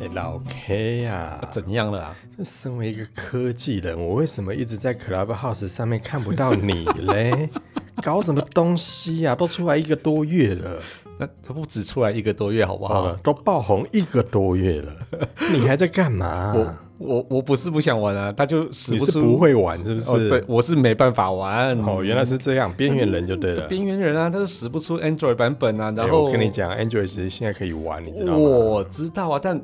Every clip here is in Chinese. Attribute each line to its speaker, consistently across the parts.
Speaker 1: 哎，老 K 啊，
Speaker 2: 怎样了啊？
Speaker 1: 身为一个科技人，我为什么一直在 Clubhouse 上面看不到你嘞？ 搞什么东西呀、啊？都出来一个多月了，
Speaker 2: 那可不止出来一个多月，好不好？
Speaker 1: 好了，都爆红一个多月了，你还在干嘛、
Speaker 2: 我我我不是不想玩啊，他就
Speaker 1: 啊
Speaker 2: 死
Speaker 1: 你
Speaker 2: 不
Speaker 1: 是
Speaker 2: 出。
Speaker 1: 不会玩是不是？
Speaker 2: 哦，对，我是没办法玩。
Speaker 1: 哦，原来是这样，边缘人就对了。
Speaker 2: 边缘人啊，他是死不出 Android 版本啊。
Speaker 1: 哎
Speaker 2: 然后、
Speaker 1: 我跟你，讲，Android 其实现在可以玩，你知道吗？
Speaker 2: 我知道啊，但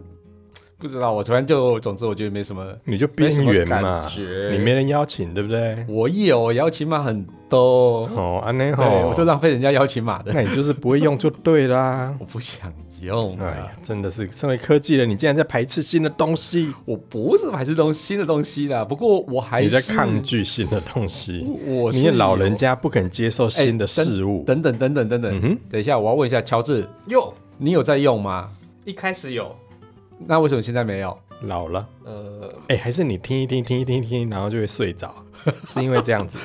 Speaker 2: 不知道，我突然就，总之我觉得没什么。
Speaker 1: 你就边缘嘛
Speaker 2: 没什么感，觉
Speaker 1: 你没人邀请，对不对？
Speaker 2: 我有邀请码很多，
Speaker 1: 哦，哎安内
Speaker 2: 对，我就
Speaker 1: 吼，
Speaker 2: 浪费人家邀请码的，。
Speaker 1: 那你就是不会用就对啦
Speaker 2: 我不想用、
Speaker 1: 哎
Speaker 2: 啊
Speaker 1: 呀。，真的是，身为科技人，你竟然在排斥新的东西，
Speaker 2: 我不是还是东新的东西啦，不过我还
Speaker 1: 你
Speaker 2: 是
Speaker 1: 在抗拒新的东西，
Speaker 2: 我是哎
Speaker 1: 你也老人
Speaker 2: 有
Speaker 1: 家不肯接受新的事物。
Speaker 2: 等等等等等
Speaker 1: 嗯
Speaker 2: 等，等一下，我要问一下乔治，
Speaker 3: 有，
Speaker 2: 你有在用吗？
Speaker 3: 一开始有，
Speaker 2: 那为什么现在没有？
Speaker 1: 老了，
Speaker 3: 呃，
Speaker 1: 哎，还是你听一听，听一听，听一听，然后就会睡着， 是因为这样子？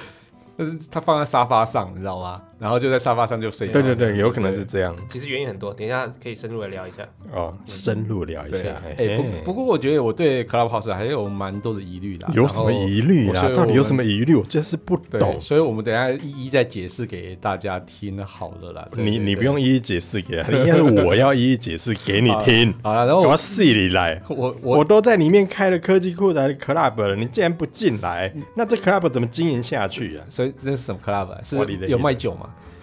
Speaker 2: 但是它放在沙发上，你知道吗？然后就在沙发上就睡着。
Speaker 1: 对对对，有可能是这样
Speaker 3: 其实原因很多，等一下可以深入的聊一下。
Speaker 1: 哦。深入聊一
Speaker 2: 对
Speaker 1: 下
Speaker 2: 啊，，
Speaker 1: 哎
Speaker 2: 哎，不不过我觉得我对 Clubhouse 还有蛮多的疑虑啦。
Speaker 1: 有什么疑虑
Speaker 2: 然后
Speaker 1: 啦？
Speaker 2: 我
Speaker 1: 到底有什？
Speaker 2: 所以我们
Speaker 1: 么疑虑？我真是不
Speaker 2: 对，
Speaker 1: 懂。
Speaker 2: 所以我们等一下一一再解释给大家听好了啦。对
Speaker 1: 你
Speaker 2: 对
Speaker 1: 你不
Speaker 2: 对
Speaker 1: 用一一解释给他，应该是我要一一解释给你 听。
Speaker 2: 好啊了，然后
Speaker 1: 什么
Speaker 2: 我
Speaker 1: 戏里来？
Speaker 2: 我我
Speaker 1: 我都在里面开了科技库的 club 了，你竟然不进来，那这 club 怎么经营下去啊？
Speaker 2: 所以那是什么 club？啊是
Speaker 1: 我理解
Speaker 2: 有卖酒吗？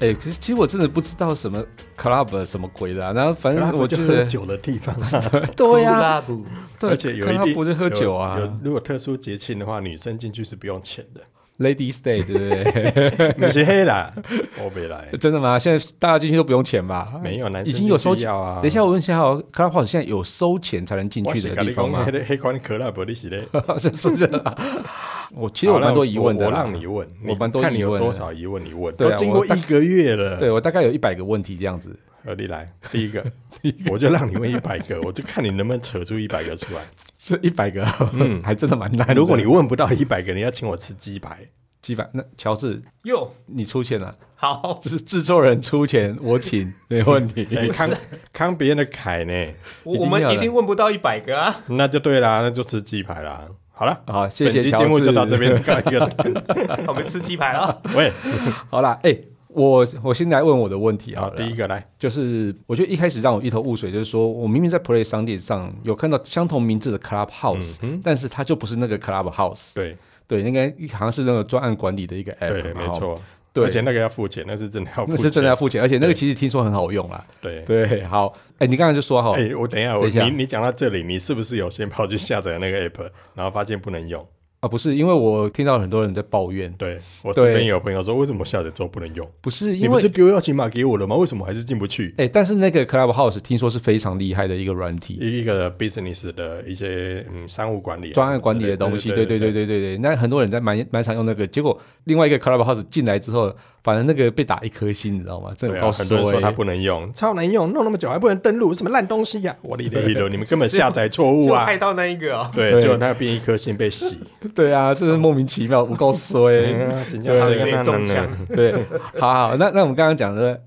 Speaker 2: 哎、其实其实我真的不知道什么 club 什么鬼的、啊，然后反正
Speaker 1: club
Speaker 2: 我
Speaker 1: 就
Speaker 2: 觉
Speaker 1: 喝
Speaker 2: 得
Speaker 1: 酒的地 方、啊。
Speaker 2: 对呀、
Speaker 3: 拉布，
Speaker 2: 对，
Speaker 1: 而且有一
Speaker 2: club
Speaker 1: 定
Speaker 2: 不是喝酒
Speaker 1: 有
Speaker 2: 啊
Speaker 1: 有如果特殊节庆的话，女生进去是不用钱的。
Speaker 2: ，Lady Stay 对不对？
Speaker 1: 不是黑啦，我没 来，
Speaker 2: 真的吗？现在大家进去都不用钱吧？
Speaker 1: 没有男生
Speaker 2: 已经有收
Speaker 1: 进去
Speaker 2: 钱
Speaker 1: 要啊
Speaker 2: 等一下我问一下哦，clubhouse 现在有收钱才能进
Speaker 1: 我
Speaker 2: 去
Speaker 1: 是
Speaker 2: 的
Speaker 1: 跟
Speaker 2: 地
Speaker 1: 你
Speaker 2: 方
Speaker 1: 讲，
Speaker 2: 吗
Speaker 1: 黑？的黑款可乐不利息嘞。
Speaker 2: 是是是啊，我其实我
Speaker 1: 好
Speaker 2: 蛮
Speaker 1: 那
Speaker 2: 多疑问的
Speaker 1: 我
Speaker 2: 啦
Speaker 1: 我让你问，
Speaker 2: 我蛮多疑问的
Speaker 1: 看你有多少疑问，你问。
Speaker 2: 对啊
Speaker 1: 都经过
Speaker 2: 我大
Speaker 1: 一个月了，
Speaker 2: 对，我大概有一百个问题这样子。
Speaker 1: 合理呃来第一个， 我就让你问一百个，我就看你能不能扯出一百个 出来。
Speaker 2: 是一百个，嗯， 还真的蛮难的。
Speaker 1: 如果你问不到一百个，你要请我吃鸡 排。
Speaker 2: 几百，那乔治
Speaker 3: 有，
Speaker 2: 你出钱啊，
Speaker 3: 好，
Speaker 2: 就是制作人出钱，我请，没问题。
Speaker 1: 哎，康康别人的凯呢？
Speaker 3: 我
Speaker 2: 一定
Speaker 3: 我们
Speaker 2: 要的
Speaker 3: 一定问不到一百个 啊。
Speaker 1: 那就对啦，那就吃鸡排啦。好了，
Speaker 2: 好谢谢
Speaker 1: 本期
Speaker 2: 乔
Speaker 1: 节目
Speaker 2: 治
Speaker 1: 就到这 边告一个。
Speaker 3: 我们吃鸡排 啊了，
Speaker 1: 喂，
Speaker 2: 好啦，哎、我我先来问我的问题好
Speaker 1: 好，
Speaker 2: 了
Speaker 1: 第一个来，
Speaker 2: 就是我觉得一开始让我一头雾水，就是说我明明在 Play 商店上有看到相同名字的 Clubhouse，、但是它就不是那个 Clubhouse，
Speaker 1: 嗯对
Speaker 2: 对，应该好像是那个专案管理的一个 app，
Speaker 1: 对，
Speaker 2: 嘛
Speaker 1: 没，
Speaker 2: 哦
Speaker 1: 错，
Speaker 2: 对
Speaker 1: 而且那个要付钱，那是真的要付
Speaker 2: 那
Speaker 1: 钱，
Speaker 2: 是真的要付钱，而且那个其实听说很好用啦。
Speaker 1: 对。
Speaker 2: 对，啊好，哎、你刚才就说哈，
Speaker 1: 哎、我等一下，我
Speaker 2: 等一下
Speaker 1: 你你讲到这里，你是不是有先跑去下载那个 app，然后发现不能用？
Speaker 2: 啊，不是，因为我听到很多人在抱怨，
Speaker 1: 对我这
Speaker 2: 对
Speaker 1: 边有朋友说，为什么我下载之后不能用？
Speaker 2: 不是
Speaker 1: 你
Speaker 2: 因
Speaker 1: 不
Speaker 2: 为
Speaker 1: 是丢邀请码给我了吗？为什么还是进不去？
Speaker 2: 哎、但是那个 Clubhouse 听说是非常厉害的一个软体，
Speaker 1: 一一个 business 的一些嗯商务管理啊、
Speaker 2: 专案管理的东西，
Speaker 1: 什么之
Speaker 2: 对
Speaker 1: 类
Speaker 2: 对对对对对。那很多人在蛮蛮常用那个，结果另外一个 Clubhouse 进来之后，反正那个被打一颗星，你知道吗？这
Speaker 1: 对
Speaker 2: 很
Speaker 1: 啊，
Speaker 2: 好
Speaker 1: 很多人
Speaker 2: 说
Speaker 1: 说
Speaker 2: 哎、
Speaker 1: 它不能用，超难用，弄那么久还不能登录，什么烂东西呀、我的一的，你们根本下载错误
Speaker 3: 就
Speaker 1: 啊！
Speaker 3: 害到那一个哦。
Speaker 1: 对，
Speaker 2: 对
Speaker 1: 结果它变一颗星被洗，
Speaker 2: 对啊，真是莫名其妙，不够衰、
Speaker 1: 哎 呀真
Speaker 3: 他们
Speaker 1: 的
Speaker 3: 自己
Speaker 1: 是
Speaker 3: 中枪，
Speaker 2: 对，好好，那那我们刚刚讲的，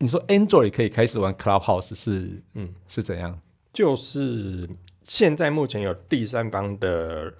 Speaker 2: 你说 Android 可以开始玩 Clubhouse 是嗯是怎样？
Speaker 1: 就是现在目前有第三方的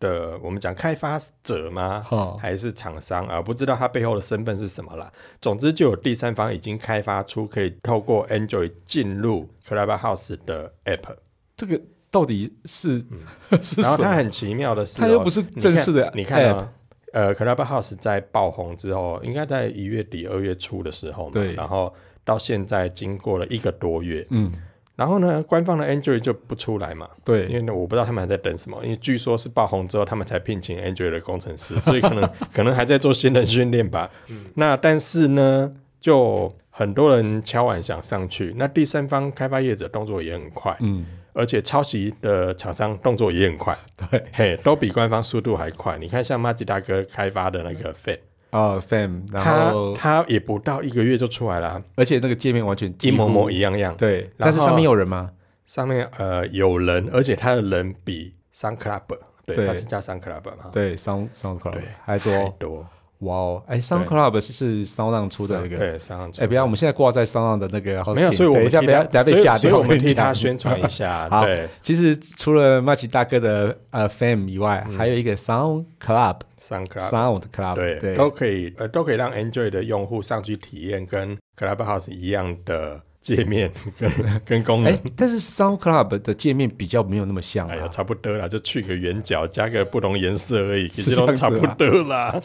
Speaker 1: 的，我们讲开发者吗？
Speaker 2: 哦
Speaker 1: 还是厂商啊？不知道他背后的身份是什么啦。总之，就有第三方已经开发出可以透过 Android 进入 Clubhouse 的 App。
Speaker 2: 这个到底是、 是
Speaker 1: 嗯然后
Speaker 2: 什
Speaker 1: 它
Speaker 2: 么？
Speaker 1: 很奇妙的是哦、
Speaker 2: 它又不是正式的
Speaker 1: 你看你看啊。呃，Clubhouse 在爆红之后，应该在一月底、二月初的时候嘛，
Speaker 2: 对
Speaker 1: 然后到现在经过了一个多月，
Speaker 2: 嗯，
Speaker 1: 然后呢，官方的 Android 就不出来嘛，
Speaker 2: 对
Speaker 1: 因为呢，我不知道他们还在等什么，因为据说是爆红之后，他们才聘请 Android 的工
Speaker 2: 嗯
Speaker 1: 程师，所以可能可能还在做新人训练吧。那但是呢，就很多人敲碗想上去，那第三方开发业者动作也很快，
Speaker 2: 嗯，
Speaker 1: 而且抄袭的厂商动作也很快，
Speaker 2: 对
Speaker 1: 嘿，都比官方速度还快。你看，像马吉大哥开发的那个 Fan，
Speaker 2: 啊，fam，然
Speaker 1: 他
Speaker 2: 后
Speaker 1: 他也不到一个月就出来了，啊
Speaker 2: 而且那个界面完全
Speaker 1: 一模模
Speaker 2: 一，
Speaker 1: 一样样。
Speaker 2: 对，
Speaker 1: 然后嗯
Speaker 2: 但是上面有人吗？
Speaker 1: 上面呃有人，而且他的人比 Sun Club，对，
Speaker 2: 对
Speaker 1: 他是叫 Sun Club 嘛，
Speaker 2: 对，Sound Sound Club
Speaker 1: 对太
Speaker 2: 还多，
Speaker 1: 多，
Speaker 2: 哇哦，哎，Sound Club 是是 Sound On 出的那个，
Speaker 1: 啊对，上
Speaker 2: 哎，不要，我们现在挂在 Sound On 的那个 hosting，
Speaker 1: 没有，所以我
Speaker 2: 等
Speaker 1: 们
Speaker 2: 一下
Speaker 1: 替
Speaker 2: 不要，
Speaker 1: 他
Speaker 2: 等一下被
Speaker 1: 所以
Speaker 2: 吓掉，
Speaker 1: 所以我们
Speaker 2: 跟你
Speaker 1: 替他
Speaker 2: 讲
Speaker 1: 宣传一下，
Speaker 2: 好
Speaker 1: 对
Speaker 2: 其实除了麦奇大哥的呃 fam 以外，还有一个 Sound Club、
Speaker 1: ，Sun 嗯 Club。
Speaker 2: Sound Club，
Speaker 1: 啊对，
Speaker 2: 对
Speaker 1: 都可以，呃，都可以让 Android 的用户上去体验跟 Clubhouse 一样的界面 跟跟功能
Speaker 2: 哎。，但是 Sound Club 的界面比较没有那么像
Speaker 1: 嗯哎呀，
Speaker 2: 啊。
Speaker 1: 差不多啦，就去个圆角，加个不同颜色而已，其实
Speaker 2: 是这
Speaker 1: 都
Speaker 2: 样子
Speaker 1: 差不
Speaker 2: 吗
Speaker 1: 多啦。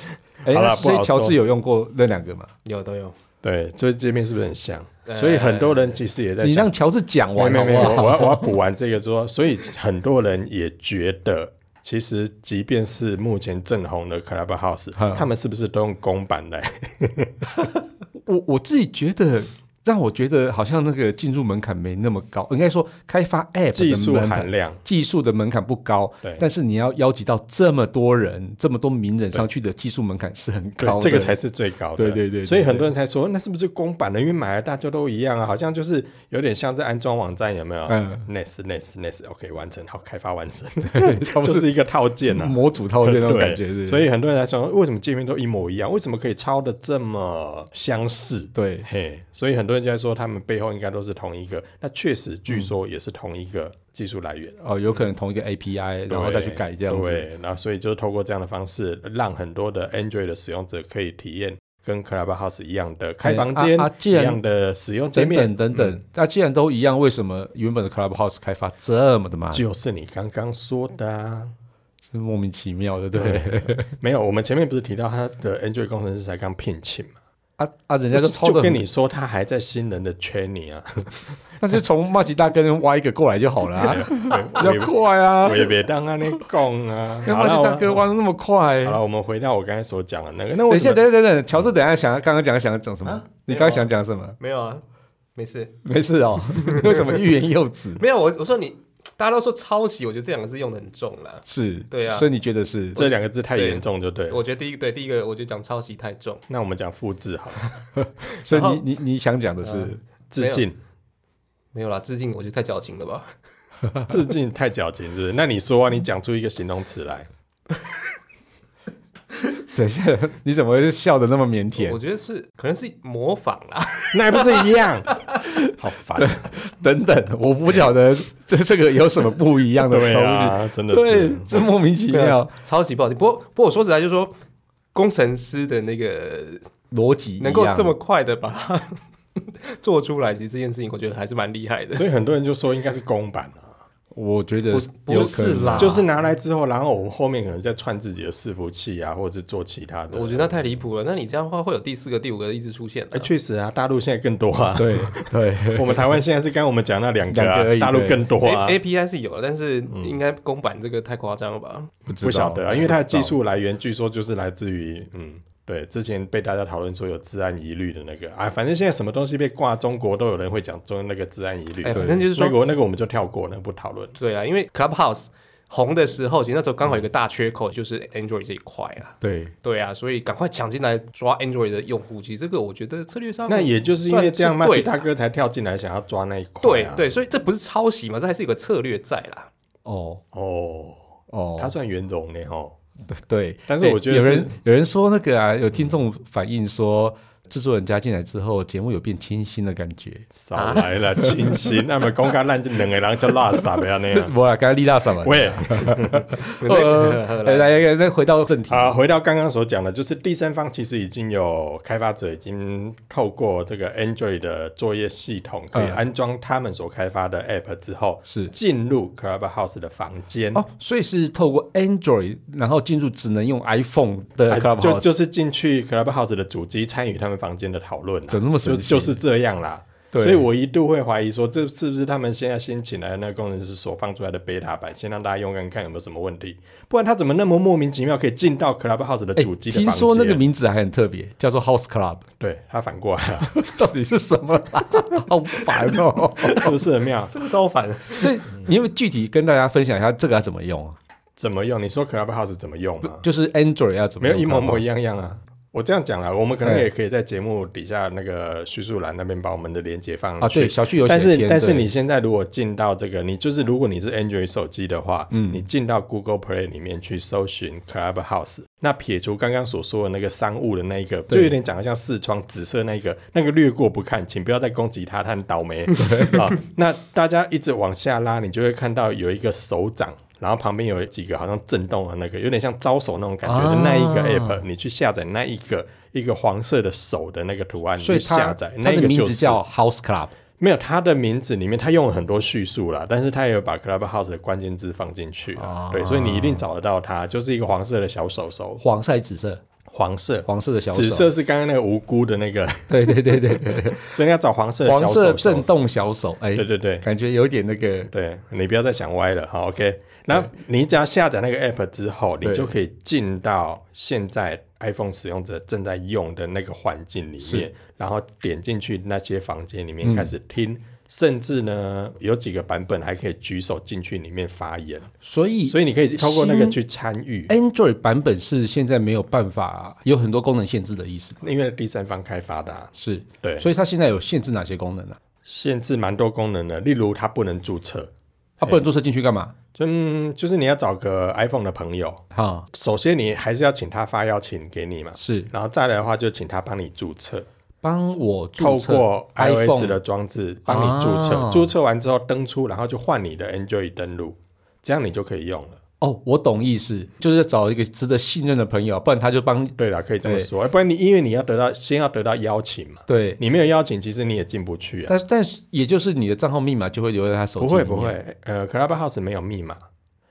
Speaker 2: 哎，
Speaker 1: 好啦
Speaker 2: 那所
Speaker 1: 不好
Speaker 2: 以
Speaker 1: 说
Speaker 2: 乔治有用过那两个嘛？
Speaker 3: 有都有。
Speaker 1: 对，所以界面是不是很像？所以很多人其实也在
Speaker 2: 你
Speaker 1: 想
Speaker 2: 让乔治讲
Speaker 1: 没
Speaker 2: 完
Speaker 1: 没
Speaker 2: 好
Speaker 1: 没，
Speaker 2: 不
Speaker 1: 我
Speaker 2: 好？
Speaker 1: 我 要我要补完这个说，所以很多人也觉得，其实即便是目前正红的 Clubhouse，
Speaker 2: 嗯
Speaker 1: 他们是不是都用公版 来？
Speaker 2: 我我自己觉得，让我觉得好像那个进入门槛没那么高，应该说开发 App
Speaker 1: 技
Speaker 2: 的
Speaker 1: 术
Speaker 2: 门
Speaker 1: 含
Speaker 2: 槛。
Speaker 1: 量，
Speaker 2: 技术的门槛不高
Speaker 1: 对，
Speaker 2: 但是你要邀集到这么多人、这么多名人上去的技术门槛是很高
Speaker 1: 对，这
Speaker 2: 的，
Speaker 1: 个 才是最高的。
Speaker 2: 对对对对
Speaker 1: 所以很多人才说，那是不是公版的？因为买了大家都一样啊，好像就是有点像在安装网站，有没有？
Speaker 2: 嗯
Speaker 1: ，next next next，OK，完成，好，开发完 成，
Speaker 2: 差不多
Speaker 1: 就是一个套件啊。
Speaker 2: 模组套件那种感觉，
Speaker 1: 对
Speaker 2: 是不是
Speaker 1: 所以很多人来说，为什么界面都一模一样？为什么可以抄的这么相似？
Speaker 2: 对
Speaker 1: 嘿，所以很多人就在说，他们背后应该都是同一个。那确实，据说也是同一个技术来源，
Speaker 2: 哦，有可能同一个 API，然后再去改这样子。
Speaker 1: 对，然后所以就是透过这样的方式，让很多的 Android 的使用者可以体验跟 Clubhouse 一样的开房间、
Speaker 2: 啊啊既
Speaker 1: 一
Speaker 2: 然
Speaker 1: 样的使用界
Speaker 2: 等
Speaker 1: 面。
Speaker 2: 等等等，那、既然都一样，为什么原本的 Clubhouse 开发这么的
Speaker 1: 嗯
Speaker 2: 慢，
Speaker 1: 就是你刚刚说的、啊，
Speaker 2: 是莫名其妙的，对不对？
Speaker 1: 没有？我们前面不是提到他的 Android 工程师才刚聘请嘛？
Speaker 2: 啊啊，人家就抄
Speaker 1: 就
Speaker 2: 的
Speaker 1: 跟，你说他还在新人的圈里 啊，
Speaker 2: 那就从麦吉大跟挖一个过来就好了、啊，比 较
Speaker 1: 对
Speaker 2: 快啊
Speaker 1: 我。也别当安尼讲啊。
Speaker 2: 跟
Speaker 1: 好
Speaker 2: 麦吉
Speaker 1: 了，
Speaker 2: 大哥
Speaker 1: 我
Speaker 2: 挖的那么快、
Speaker 1: 好了，我们回到我刚才所讲的那个。那
Speaker 2: 等
Speaker 1: 我
Speaker 2: 一下，等一下，等等，乔治，等一下想刚刚讲想讲什么？你刚刚想讲什么？
Speaker 3: 没有啊，没事，
Speaker 2: 没事 哦，为什么欲言又止？
Speaker 3: 没有。我我说你，大家都说抄袭，我觉得这两个字用的很重啦。
Speaker 2: 是，
Speaker 3: 对啊
Speaker 2: 所以你觉得是？
Speaker 1: 这两个字太严重就对了。
Speaker 3: 我觉得第一个对第一个，我觉得讲抄袭太重。
Speaker 1: 那我们讲复制好了，
Speaker 2: 所以
Speaker 3: 然后嗯
Speaker 2: 你你你想讲的是？
Speaker 1: 致敬，
Speaker 3: 没有啦，致敬我觉得太矫情了吧？
Speaker 1: 致敬太矫情，是不是？那你说啊，你讲出一个形容词来，
Speaker 2: 等一下，你怎么会笑的那么腼腆
Speaker 3: 我？觉得是可能是模仿啦。
Speaker 1: 那还不是一 样？好烦，啊
Speaker 2: 等等，我不晓得 这这个有什么不一样的东
Speaker 1: 对
Speaker 2: 西。
Speaker 1: 啊，真的
Speaker 2: 对
Speaker 1: 是，
Speaker 2: 这莫名其
Speaker 3: 没有
Speaker 2: 妙
Speaker 3: 啊， 抄袭不好听。不过不过我说实在，就是说工程师的那个
Speaker 2: 逻辑一样
Speaker 3: 能够这么快的把它做出来，其实这件事情我觉得还是蛮厉害的。
Speaker 1: 所以很多人就说应该是公版啊，
Speaker 2: 我觉得
Speaker 3: 不是不
Speaker 2: 有可
Speaker 3: 是
Speaker 2: 能
Speaker 3: 啦，
Speaker 1: 就是拿来之后，然后我们后面可能再串自己的伺服器啊，或者是做其他的。
Speaker 3: 我觉得那太离谱了。那你这样的话，会有第四个、第五个一直出现的
Speaker 1: 哎，。确实啊，大陆现在更多啊。
Speaker 2: 对对，
Speaker 1: 我们台湾现在是刚刚我们讲那两个
Speaker 2: 两个而
Speaker 1: 啊，
Speaker 2: 已哎
Speaker 1: 大陆更多啊
Speaker 3: A。A P I 是有了，但是应该公版这个太夸张了吧？
Speaker 2: 知道
Speaker 1: 不晓
Speaker 3: 哎
Speaker 1: 得啊，因为它的技术来源据说就是来自于嗯。对，之前被大家讨论说有治安疑虑的那个啊，反正现在什么东西被挂中国，都有人会讲中那个治安疑虑。
Speaker 3: 哎反正就是说
Speaker 1: 那个我那个我们就跳过，那个不讨论。
Speaker 3: 对啊，因为 Clubhouse 红的时候，其实那时候刚好有一个大缺口，就是
Speaker 1: 嗯
Speaker 3: Android 这一块啊。
Speaker 2: 对
Speaker 3: 对啊，所以赶快抢进来抓 Android 的用户，其实这个我觉得策略上
Speaker 1: 那也就是因为这样，
Speaker 3: 嘛
Speaker 1: 马，吉大哥才跳进来想要抓那一块、
Speaker 3: 对
Speaker 1: 啊。
Speaker 3: 对，所以这不是抄袭嘛，这还是有个策略在 啦。
Speaker 2: 哦
Speaker 1: 哦，他
Speaker 2: 哦，
Speaker 1: 算圆融呢 哦，
Speaker 2: 对，
Speaker 1: 但是
Speaker 2: 对
Speaker 1: 我觉得
Speaker 2: 有
Speaker 1: 是
Speaker 2: 人有人说那个啊，有听众反映说。制作人加进来之后，节目有变清新的感觉。。
Speaker 1: 少来了，清新。那么公开烂就两个人就拉撒不要那 样
Speaker 2: 我啊刚才力 大什么？
Speaker 1: 喂，
Speaker 2: 呃，来来，来回到正题。
Speaker 1: 啊，回到刚刚所讲的，就是第三方其实已经有开发者已经透过这个 Android 的作业系统，可以
Speaker 2: 嗯
Speaker 1: 安装他们所开发的 App 之后，
Speaker 2: 是
Speaker 1: 进入 Clubhouse 的房间。
Speaker 2: 哦，所以是透过 Android，然后进入只能用 iPhone 的
Speaker 1: 哎
Speaker 2: Clubhouse，、
Speaker 1: 就就是进去 Clubhouse 的主机参与他们房间的讨论、啊，
Speaker 2: 怎么那么神
Speaker 1: 就
Speaker 2: 奇
Speaker 1: 就是这样啦。
Speaker 2: 对
Speaker 1: 所以我一度会怀疑说，这是不是他们现在新请来的那个工程师所放出来的 beta 版，先让大家用看看有没有什么问题？不然他怎么那么莫名其妙可以进到 Clubhouse 的
Speaker 2: 哎
Speaker 1: 主机的
Speaker 2: 听
Speaker 1: 房间？
Speaker 2: 说那个名字还很特别，叫做 House Club，
Speaker 1: 对他反过来了，
Speaker 2: 到底是什么 啦？好烦 哦！
Speaker 1: 是不是很妙？
Speaker 3: 这个超烦。
Speaker 2: 所以你有没有具体跟大家分享一下这个要怎么用啊？
Speaker 1: 怎么用？你说 Clubhouse 怎么用
Speaker 2: 不
Speaker 1: 吗？
Speaker 2: 就是 Android 要怎么
Speaker 1: 啊没有
Speaker 2: 用？
Speaker 1: 一模模一
Speaker 2: 样。
Speaker 1: 样样啊。我这样讲啦，我们可能
Speaker 2: 哎
Speaker 1: 也可以在节目底下那个叙述栏那边把我们的连接放
Speaker 2: 啊，
Speaker 1: 上去。
Speaker 2: 对，小旭有写
Speaker 1: 但是
Speaker 2: 篇
Speaker 1: 但是
Speaker 2: 对
Speaker 1: 你现在如果进到这个，你就是如果你是 Android 手机的话，嗯，你进到 Google Play 里面去搜寻 Clubhouse，那撇除刚刚所说的那个商务的那一个，就有点长得像视窗紫色那一个，那个略过不看，请不要再攻击它，它很倒 霉啊。那大家一直往下拉，你就会看到有一个手掌。然后旁边有几个好像震动的那个，有点像招手那种感觉的那一个
Speaker 2: 啊
Speaker 1: app，、你去下载那一个一个黄色的手的那个图案，你
Speaker 2: 所以
Speaker 1: 去下
Speaker 2: 它
Speaker 1: 载
Speaker 2: 它
Speaker 1: 那一
Speaker 2: 的
Speaker 1: 个
Speaker 2: 名
Speaker 1: 就
Speaker 2: 字
Speaker 1: 是
Speaker 2: 叫 House Club，
Speaker 1: 没有，他的名字里面他用了很多叙述啦，但是他也有把 Clubhouse 的关键字放进去啦
Speaker 2: 啊
Speaker 1: 对，所以你一定找得到他，就是一个黄色的小手手，
Speaker 2: 黄色还是紫色？
Speaker 1: 黄色，
Speaker 2: 黄色的小手
Speaker 1: 紫，色是刚刚那个无辜的那个，
Speaker 2: 对对对对对，对
Speaker 1: 所以你要找黄色的
Speaker 2: 黄
Speaker 1: 小
Speaker 2: 色
Speaker 1: 手
Speaker 2: 震
Speaker 1: 手，
Speaker 2: 动小手，哎
Speaker 1: 对，对对。
Speaker 2: 感觉有点那个
Speaker 1: 对你不要再想歪了，好，OK。然后你只要下载那个 App 之后，你
Speaker 2: 对
Speaker 1: 就可以进到现在 iPhone 使用者正在用的那个环境里面
Speaker 2: 是，嗯
Speaker 1: 然后点进去那些房间里面开始听，甚至呢有几个版本还可以举手进去里面发言，
Speaker 2: 所以，
Speaker 1: 所以你可以透过那个
Speaker 2: 新
Speaker 1: 去参与，
Speaker 2: Android 版本是现在没有办法，有很多功能限制的意思吗
Speaker 1: 因为第三方开发的啊、
Speaker 2: 是，
Speaker 1: 对，
Speaker 2: 所以它现在有限制哪些功能呢、
Speaker 1: 限制蛮多功能的，例如它不能注册，
Speaker 2: 啊？不能注册进去干嘛？
Speaker 1: 就、嗯、就是你要找个 iPhone 的朋友，
Speaker 2: 哈，
Speaker 1: 首先你还是要请他发邀请给你嘛，
Speaker 2: 是
Speaker 1: 然后再来的话，就请他帮你注册，
Speaker 2: 帮我
Speaker 1: 透
Speaker 2: 注册
Speaker 1: 过 iOS
Speaker 2: iPhone
Speaker 1: 的装置帮你注册，
Speaker 2: 啊
Speaker 1: 注册完之后登出，然后就换你的 Android 登录，这样你就可以用了。
Speaker 2: 哦，我懂意思，就是找一个值得信任的朋友，不然他就帮
Speaker 1: 对了，可以这么说，哎不然你因为你要得到先要得到邀请嘛，
Speaker 2: 对，
Speaker 1: 你没有邀请，其实你也进不去啊。
Speaker 2: 但但是也就是你的账号密码就会留在他手机
Speaker 1: 不
Speaker 2: 里面
Speaker 1: 会不，会，呃，Clubhouse 没有密码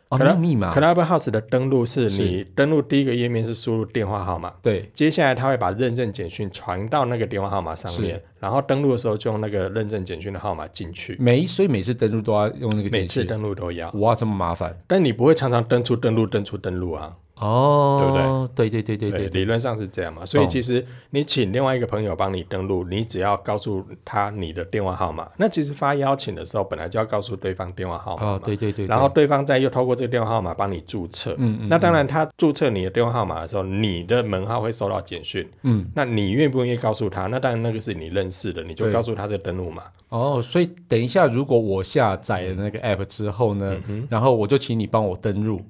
Speaker 2: 哦，
Speaker 1: 可
Speaker 2: 没有
Speaker 1: 能
Speaker 2: 密码，
Speaker 1: ，Clubhouse 的登录是
Speaker 2: 是
Speaker 1: 你登录第一个页面是输入电话号码，
Speaker 2: 对，
Speaker 1: 接下来他会把认证简讯传到那个电话号码上面，然后登录的时候就用那个认证简讯的号码进去，
Speaker 2: 每所以每次登录都要用那个
Speaker 1: 每次
Speaker 2: 登，
Speaker 1: 登录都要。
Speaker 2: 哇，这么麻烦
Speaker 1: 但你不会常常登出登录登出登录啊？
Speaker 2: 哦，对不对？对对对对对，
Speaker 1: 理论上是这样嘛。所以其实你请另外一个朋友帮你登录，你只要告诉他你的电话号码。那其实发邀请的时候，本来就要告诉对方电话号码嘛。
Speaker 2: 哦，对对对，
Speaker 1: 然后对方再又透过这个电话号码帮你注册，
Speaker 2: 嗯
Speaker 1: 那当然他注册你的电话号码的时候，你的门号会收到简讯，
Speaker 2: 嗯，
Speaker 1: 那你愿不愿意告诉他？那当然那个是你认识的，你就
Speaker 2: 对
Speaker 1: 告诉他这登录嘛，
Speaker 2: 哦，所以等一下，如果我下载了那个
Speaker 1: 嗯
Speaker 2: app 之后呢，然后我就请你帮我登录，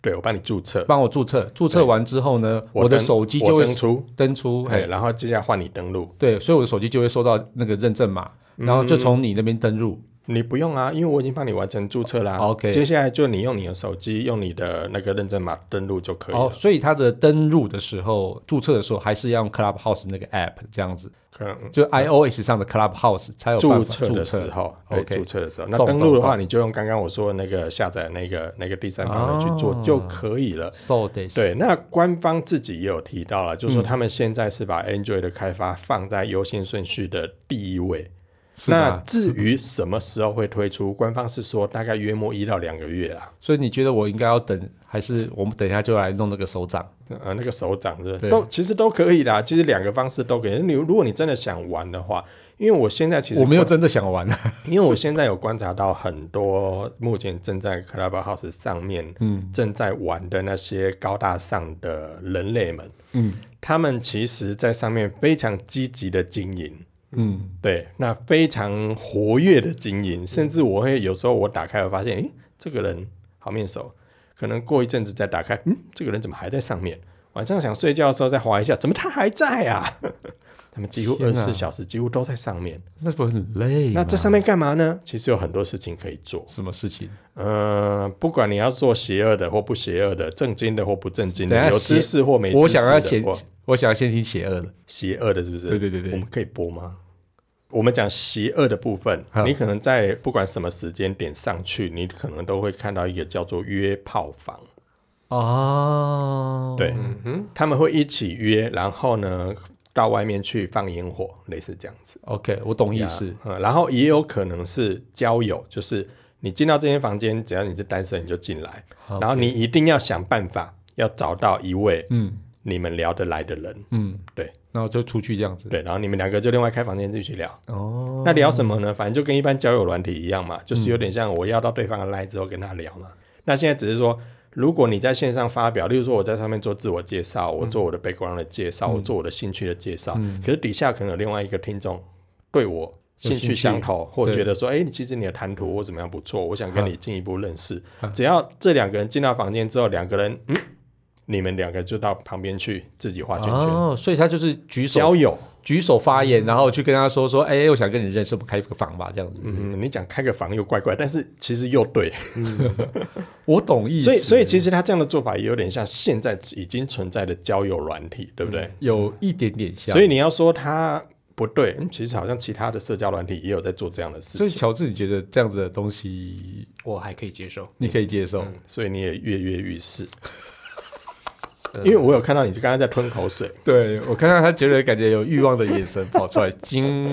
Speaker 1: 对我帮你注册，
Speaker 2: 帮我注册，注册完之后呢，我的
Speaker 1: 登
Speaker 2: 手机
Speaker 1: 我
Speaker 2: 就会
Speaker 1: 登出，
Speaker 2: 登出，
Speaker 1: 哎，
Speaker 2: 嘿，
Speaker 1: 然后接下来换你登录，
Speaker 2: 对，所以我的手机就会收到那个认证码，然后就
Speaker 1: 嗯
Speaker 2: 从你那边登录。
Speaker 1: 你不用啊，因为我已经帮你完成注册啦。
Speaker 2: OK
Speaker 1: 接下来就你用你的手机，用你的那个认证码登录就可以了。
Speaker 2: 哦，所以它的登录的时候，注册的时候还是要用 Clubhouse 那个 app 这样子，
Speaker 1: 可能
Speaker 2: 就 iOS 上的 Clubhouse 才有办
Speaker 1: 注
Speaker 2: 法
Speaker 1: 册
Speaker 2: 注
Speaker 1: 的时
Speaker 2: 册。
Speaker 1: 候，对
Speaker 2: OK
Speaker 1: 注册的时候，那
Speaker 2: 懂
Speaker 1: 登录的话，你就用刚刚我说的那个下载那个那个第三方的去做
Speaker 2: 哦
Speaker 1: 就可以了。
Speaker 2: So this，
Speaker 1: 对，那官方自己也有提到了，就说他们现在是把 Android 的开发放在优先顺序的第一位。
Speaker 2: 是啊
Speaker 1: 那
Speaker 2: 吧？
Speaker 1: 至于什么时候会推出，官方是说大概约莫一到两个月啦。
Speaker 2: 所以你觉得我应该要等，还是我们等一下就来弄那个手掌？
Speaker 1: 呃，那个手掌是不是
Speaker 2: 对
Speaker 1: 都其实都可以啦，其实两个方式都可以。你如果你真的想玩的话，因为我现在其实
Speaker 2: 我没有，真的想玩。啊
Speaker 1: 因为我现在有观察到很多目前正在 Clubhouse 上面，嗯，正在玩的那些高大上的人类们，
Speaker 2: 嗯
Speaker 1: 他们其实在上面非常积极的经营。
Speaker 2: 嗯，
Speaker 1: 对，那非常活跃的经营，甚至我会有时候我打开，我发现，诶，这个人好面熟，可能过一阵子再打开，嗯，这个人怎么还在上面？晚上想睡觉的时候再划一下，怎么他还在啊？ 他们几乎二
Speaker 2: 天
Speaker 1: 十
Speaker 2: 哪
Speaker 1: 四小时几乎都在上面，
Speaker 2: 那不是很累吗？
Speaker 1: 那这上面干嘛呢？啊其实有很多事情可以做，
Speaker 2: 什么事情？
Speaker 1: 嗯、不管你要做邪恶的或不邪恶的，正经的或不正经
Speaker 2: 等一
Speaker 1: 的，
Speaker 2: 下
Speaker 1: 有
Speaker 2: 邪
Speaker 1: 知识或没知识的，
Speaker 2: 我想要先
Speaker 1: 或，
Speaker 2: 我想要先听邪恶的。
Speaker 1: 邪恶的，是不是？
Speaker 2: 对对对对
Speaker 1: 我们可以播吗？我们讲邪恶的部分
Speaker 2: 好，
Speaker 1: 你可能在不管什么时间点上去，你可能都会看到一个叫做约炮房，
Speaker 2: 哦，
Speaker 1: 对，
Speaker 3: 嗯哼，
Speaker 1: 他们会一起约，然后呢，到外面去放烟火，类似这样子。
Speaker 2: OK，我懂意思。
Speaker 1: 嗯，然后也有可能是交友，就是你进到这间房间，只要你是单身，你就进来，然后你一定要想办法要找到一位
Speaker 2: 嗯
Speaker 1: 你们聊得来的人，
Speaker 2: 嗯，
Speaker 1: 对
Speaker 2: 然后就出去这样子。
Speaker 1: 对，然后你们两个就另外开房间继续聊。
Speaker 2: 哦，嗯
Speaker 1: 那聊什么呢？反正就跟一般交友软体一样嘛，就是有点像我要到对方的 line 之后跟他聊嘛。那现在只是说，如果你在线上发表，例如说我在上面做自我介绍，
Speaker 2: 嗯
Speaker 1: 我做我的 background 的介绍，我做我的兴趣的介绍，可是底下可能有另外一个听众对我。兴
Speaker 2: 兴
Speaker 1: 趣
Speaker 2: 趣
Speaker 1: 相投，或
Speaker 2: 对
Speaker 1: 觉得说，哎、你其实你的谈吐或怎么样不错，我想跟你进一步认识。只要这两个人进到房间之后，两个人，嗯，你们两个就到旁边去自己画圈圈、
Speaker 2: 哦，所以他就是举手
Speaker 1: 交友。
Speaker 2: 举手发言，然后去跟他说说，哎、我想跟你认识，我们开个房吧，这样子。
Speaker 1: 嗯，你讲开个房又怪怪，但是其实又对，
Speaker 2: 我懂意思。
Speaker 1: 所以，所以其实他这样的做法也有点像现在已经存在的交友软体，对不
Speaker 3: 嗯
Speaker 1: 对？
Speaker 2: 有一点点像。
Speaker 1: 所以你要说他不对，嗯，其实好像其他的社交软体也有在做这样的事
Speaker 2: 所
Speaker 1: 情，
Speaker 2: 以乔治，你觉得这样子的东西
Speaker 3: 我还可以接受。
Speaker 2: 你可以接受？
Speaker 1: 所以你也跃跃欲 试。因为我有看到你刚刚在吞口水，
Speaker 2: 对我看到他觉得感觉有欲望的眼神跑出来， 惊。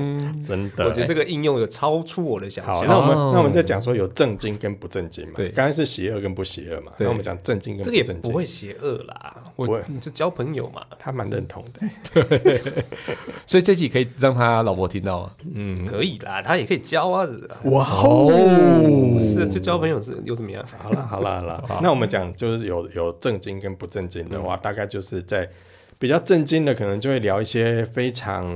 Speaker 1: 真的。
Speaker 3: 嗯我觉得这个应用有超出我的想
Speaker 1: 好，
Speaker 3: 象。
Speaker 1: 那我们、
Speaker 2: 哦
Speaker 1: 那我们再讲说有正经跟不正经嘛。
Speaker 2: 对
Speaker 1: 刚刚是邪恶跟不邪恶嘛。
Speaker 2: 对
Speaker 1: 那我们讲正经跟不
Speaker 3: 这个也
Speaker 1: 正
Speaker 3: 不
Speaker 1: 经，
Speaker 3: 会邪恶啦，嗯
Speaker 1: 不会，
Speaker 3: 你就交朋友嘛，
Speaker 1: 他蛮认同的。
Speaker 2: 所以这集可以让他老婆听到吗？
Speaker 1: 嗯
Speaker 3: 可以啦，他也可以交啊，是啊
Speaker 1: 哇哦
Speaker 3: 不！是就交朋友是又怎么样？
Speaker 1: 好啦，好啦，好 啦。那我们讲就是有有正经跟不正经的
Speaker 2: 嗯
Speaker 1: 话，大概就是在比较正经的，可能就会聊一些非常，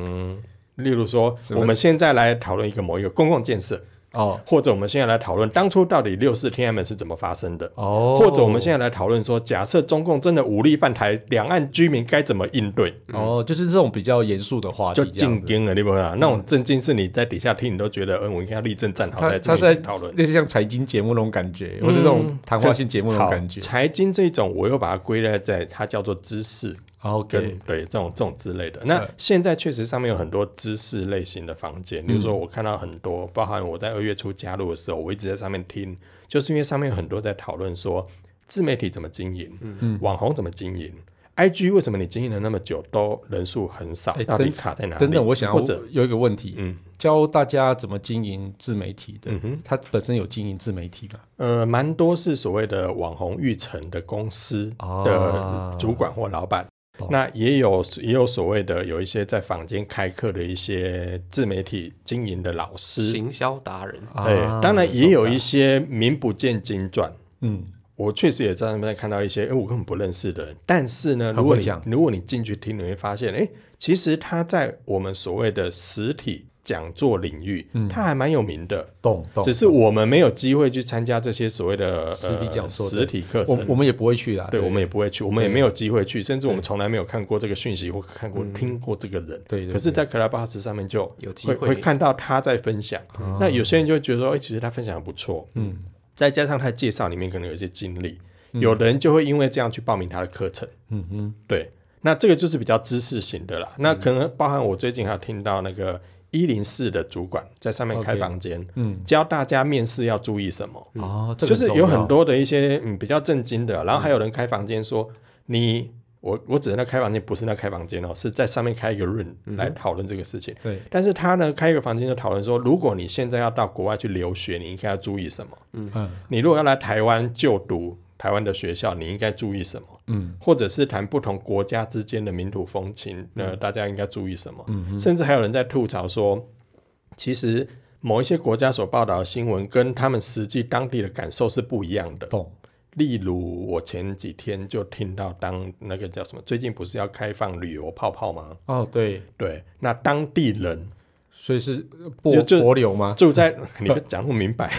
Speaker 1: 例如说，我们现在来讨论一个某一个公共建设，
Speaker 2: 哦
Speaker 1: 或者我们现在来讨论当初到底六四天安门是怎么发生的。
Speaker 2: 哦，
Speaker 1: 或者我们现在来讨论说，假设中共真的武力犯台，两岸居民该怎么应对？
Speaker 2: 哦，就是这种比较严肃的话题
Speaker 1: 就
Speaker 2: 这样
Speaker 1: 进
Speaker 2: 子。
Speaker 1: 京了，你不啊？那种震惊是你在底下听，你都觉得，嗯，我应该要立正站好
Speaker 2: 他
Speaker 1: 再这
Speaker 2: 他是在
Speaker 1: 么讨论。嗯
Speaker 2: 类似像财经节目那种感觉，或是那种谈话性节目那种
Speaker 1: 好
Speaker 2: 感觉。
Speaker 1: 财经这种，我又把它归类在它叫做知识跟
Speaker 2: 哦 OK，
Speaker 1: 对这种这种之类的。那现在确实上面有很多知识类型的房间，
Speaker 2: 嗯
Speaker 1: 比如说我看到很多，包含我在二月初加入的时候，我一直在上面听，就是因为上面有很多在讨论说自媒体怎么经营，
Speaker 2: 嗯
Speaker 1: 网红怎么经营。I G 为什么你经营了那么久都人数很少？
Speaker 2: 哎
Speaker 1: 到底
Speaker 2: 等
Speaker 1: 卡在哪里？
Speaker 2: 等等，我想
Speaker 1: 或
Speaker 2: 要
Speaker 1: 者
Speaker 2: 有一个问题，
Speaker 1: 嗯
Speaker 2: 教大家怎么经营自媒体的。他本身有经营自媒体吗？
Speaker 1: 呃，蛮多是所谓的网红育成的公司
Speaker 2: 哦
Speaker 1: 的主管或老板，
Speaker 2: 哦
Speaker 1: 那也有也有所谓的有一些在坊间开课的一些自媒体经营的老师，
Speaker 3: 行销达人，
Speaker 1: 对，
Speaker 2: 啊
Speaker 1: 当然也有一些名不见经传。
Speaker 2: 嗯，
Speaker 1: 我确实也在那边看到一些，哎、我根本不认识的人。但是呢，
Speaker 2: 很
Speaker 1: 如果
Speaker 2: 会
Speaker 1: 你
Speaker 2: 讲
Speaker 1: 如果你进去听，你会发现，哎、其实他在我们所谓的实体讲座领域，
Speaker 2: 嗯
Speaker 1: 他还蛮有名的。
Speaker 2: 懂懂。
Speaker 1: 只是我们没有机会去参加这些所谓的
Speaker 2: 实体讲座
Speaker 1: 呃、
Speaker 2: 对
Speaker 1: 实体课
Speaker 2: 我
Speaker 1: 程。
Speaker 2: 我们也不会去啊啦。
Speaker 1: 对，我们也不会去，我们也没有机会去，甚至我们从来没有看过这个讯息或看过、听过这个人。
Speaker 2: 对对
Speaker 1: 可是，在 Clubhouse 上面就
Speaker 3: 有机
Speaker 1: 会
Speaker 3: 会
Speaker 1: 会看到他在分享。
Speaker 2: 哦
Speaker 1: 那有些人就会觉得说，哎、其实他分享的不错。嗯，再加上他的介绍里面可能有一些经历，有的人就会因为这样去报名他的课程。
Speaker 2: 嗯哼，
Speaker 1: 对，那这个就是比较知识型的啦。那可能包含我最近还有听到那个一零四的主管在上面开
Speaker 2: OK
Speaker 1: 房间
Speaker 2: 嗯，
Speaker 1: 教大家面试要注意什么。
Speaker 2: 哦，这
Speaker 1: 嗯
Speaker 2: 个
Speaker 1: 就是有很
Speaker 2: 重
Speaker 1: 多的一些嗯比较震惊的，然后还有人开房间说你我我指的那开房间不是那开房间哦，是在上面开一个 room
Speaker 2: 嗯
Speaker 1: 来讨论这个事情。
Speaker 2: 要对，
Speaker 1: 但是他呢开一个房间就讨论说，如果你现在要到国外去留学，你应该要注意什么？
Speaker 2: 嗯
Speaker 1: 你如果要来台湾就读台湾的学校，你应该注意什么？
Speaker 2: 嗯，
Speaker 1: 或者是谈不同国家之间的民土风情，呃，大家应该注意什么？甚至还有人在吐槽说，其实某一些国家所报道的新闻跟他们实际当地的感受是不一样的。
Speaker 2: 懂。
Speaker 1: 例如，我前几天就听到当那个叫什么，最近不是要开放旅游泡泡吗？
Speaker 2: 哦，对，
Speaker 1: 对，那当地人
Speaker 2: 所以是波
Speaker 1: 就
Speaker 2: 波流吗？
Speaker 1: 住在， 你就讲不明 白。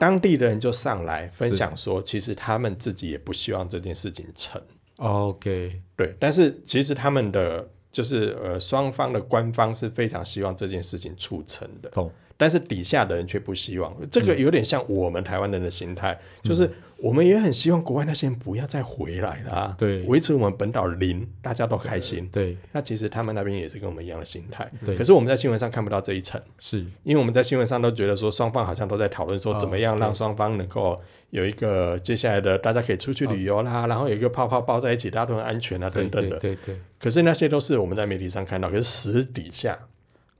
Speaker 1: 当地的人就上来分享说，其实他们自己也不希望这件事情成。
Speaker 2: OK，
Speaker 1: 对，但是其实他们的就是呃双方的官方是非常希望这件事情促成的，
Speaker 2: 懂。
Speaker 1: 但是底下的人却不希望。这
Speaker 2: 嗯
Speaker 1: 个有点像我们台湾人的心态，就是我们也很希望国外那些人不要再回来啦、
Speaker 2: 对
Speaker 1: 维持我们本岛零，大家都开心。
Speaker 2: 对，
Speaker 1: 那其实他们那边也是跟我们一样的心态，
Speaker 2: 对
Speaker 1: 可是我们在新闻上看不到这一层，
Speaker 2: 是
Speaker 1: 因为我们在新闻上都觉得说双方好像都在讨论
Speaker 2: 哦
Speaker 1: 说怎么样让双方能够有一个接下来的大家可以出去旅游啦，然后有一个泡泡抱在一起，大家都很安全啊等等
Speaker 2: 哦对
Speaker 1: 的。
Speaker 2: 对对
Speaker 1: 可是那些都是我们在媒体上看到，可是私底下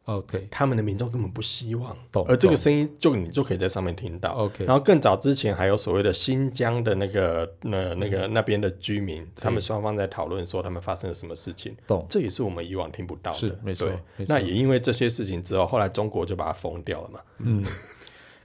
Speaker 2: ，OK
Speaker 1: 他们的民众根本不希望
Speaker 2: 懂，
Speaker 1: 而这个
Speaker 2: 懂
Speaker 1: 声音就你就可以在上面听到。
Speaker 2: OK，
Speaker 1: 然后更早之前还有所谓的新疆的那个呃那那
Speaker 2: 嗯
Speaker 1: 个那边的居民，他们双方在讨论说他们发生了什么事情，
Speaker 2: 懂
Speaker 1: 这也是我们以往听不到的。
Speaker 2: 是没错
Speaker 1: 对
Speaker 2: 没错
Speaker 1: 那也因为这些事情之后，后来中国就把它封掉了嘛。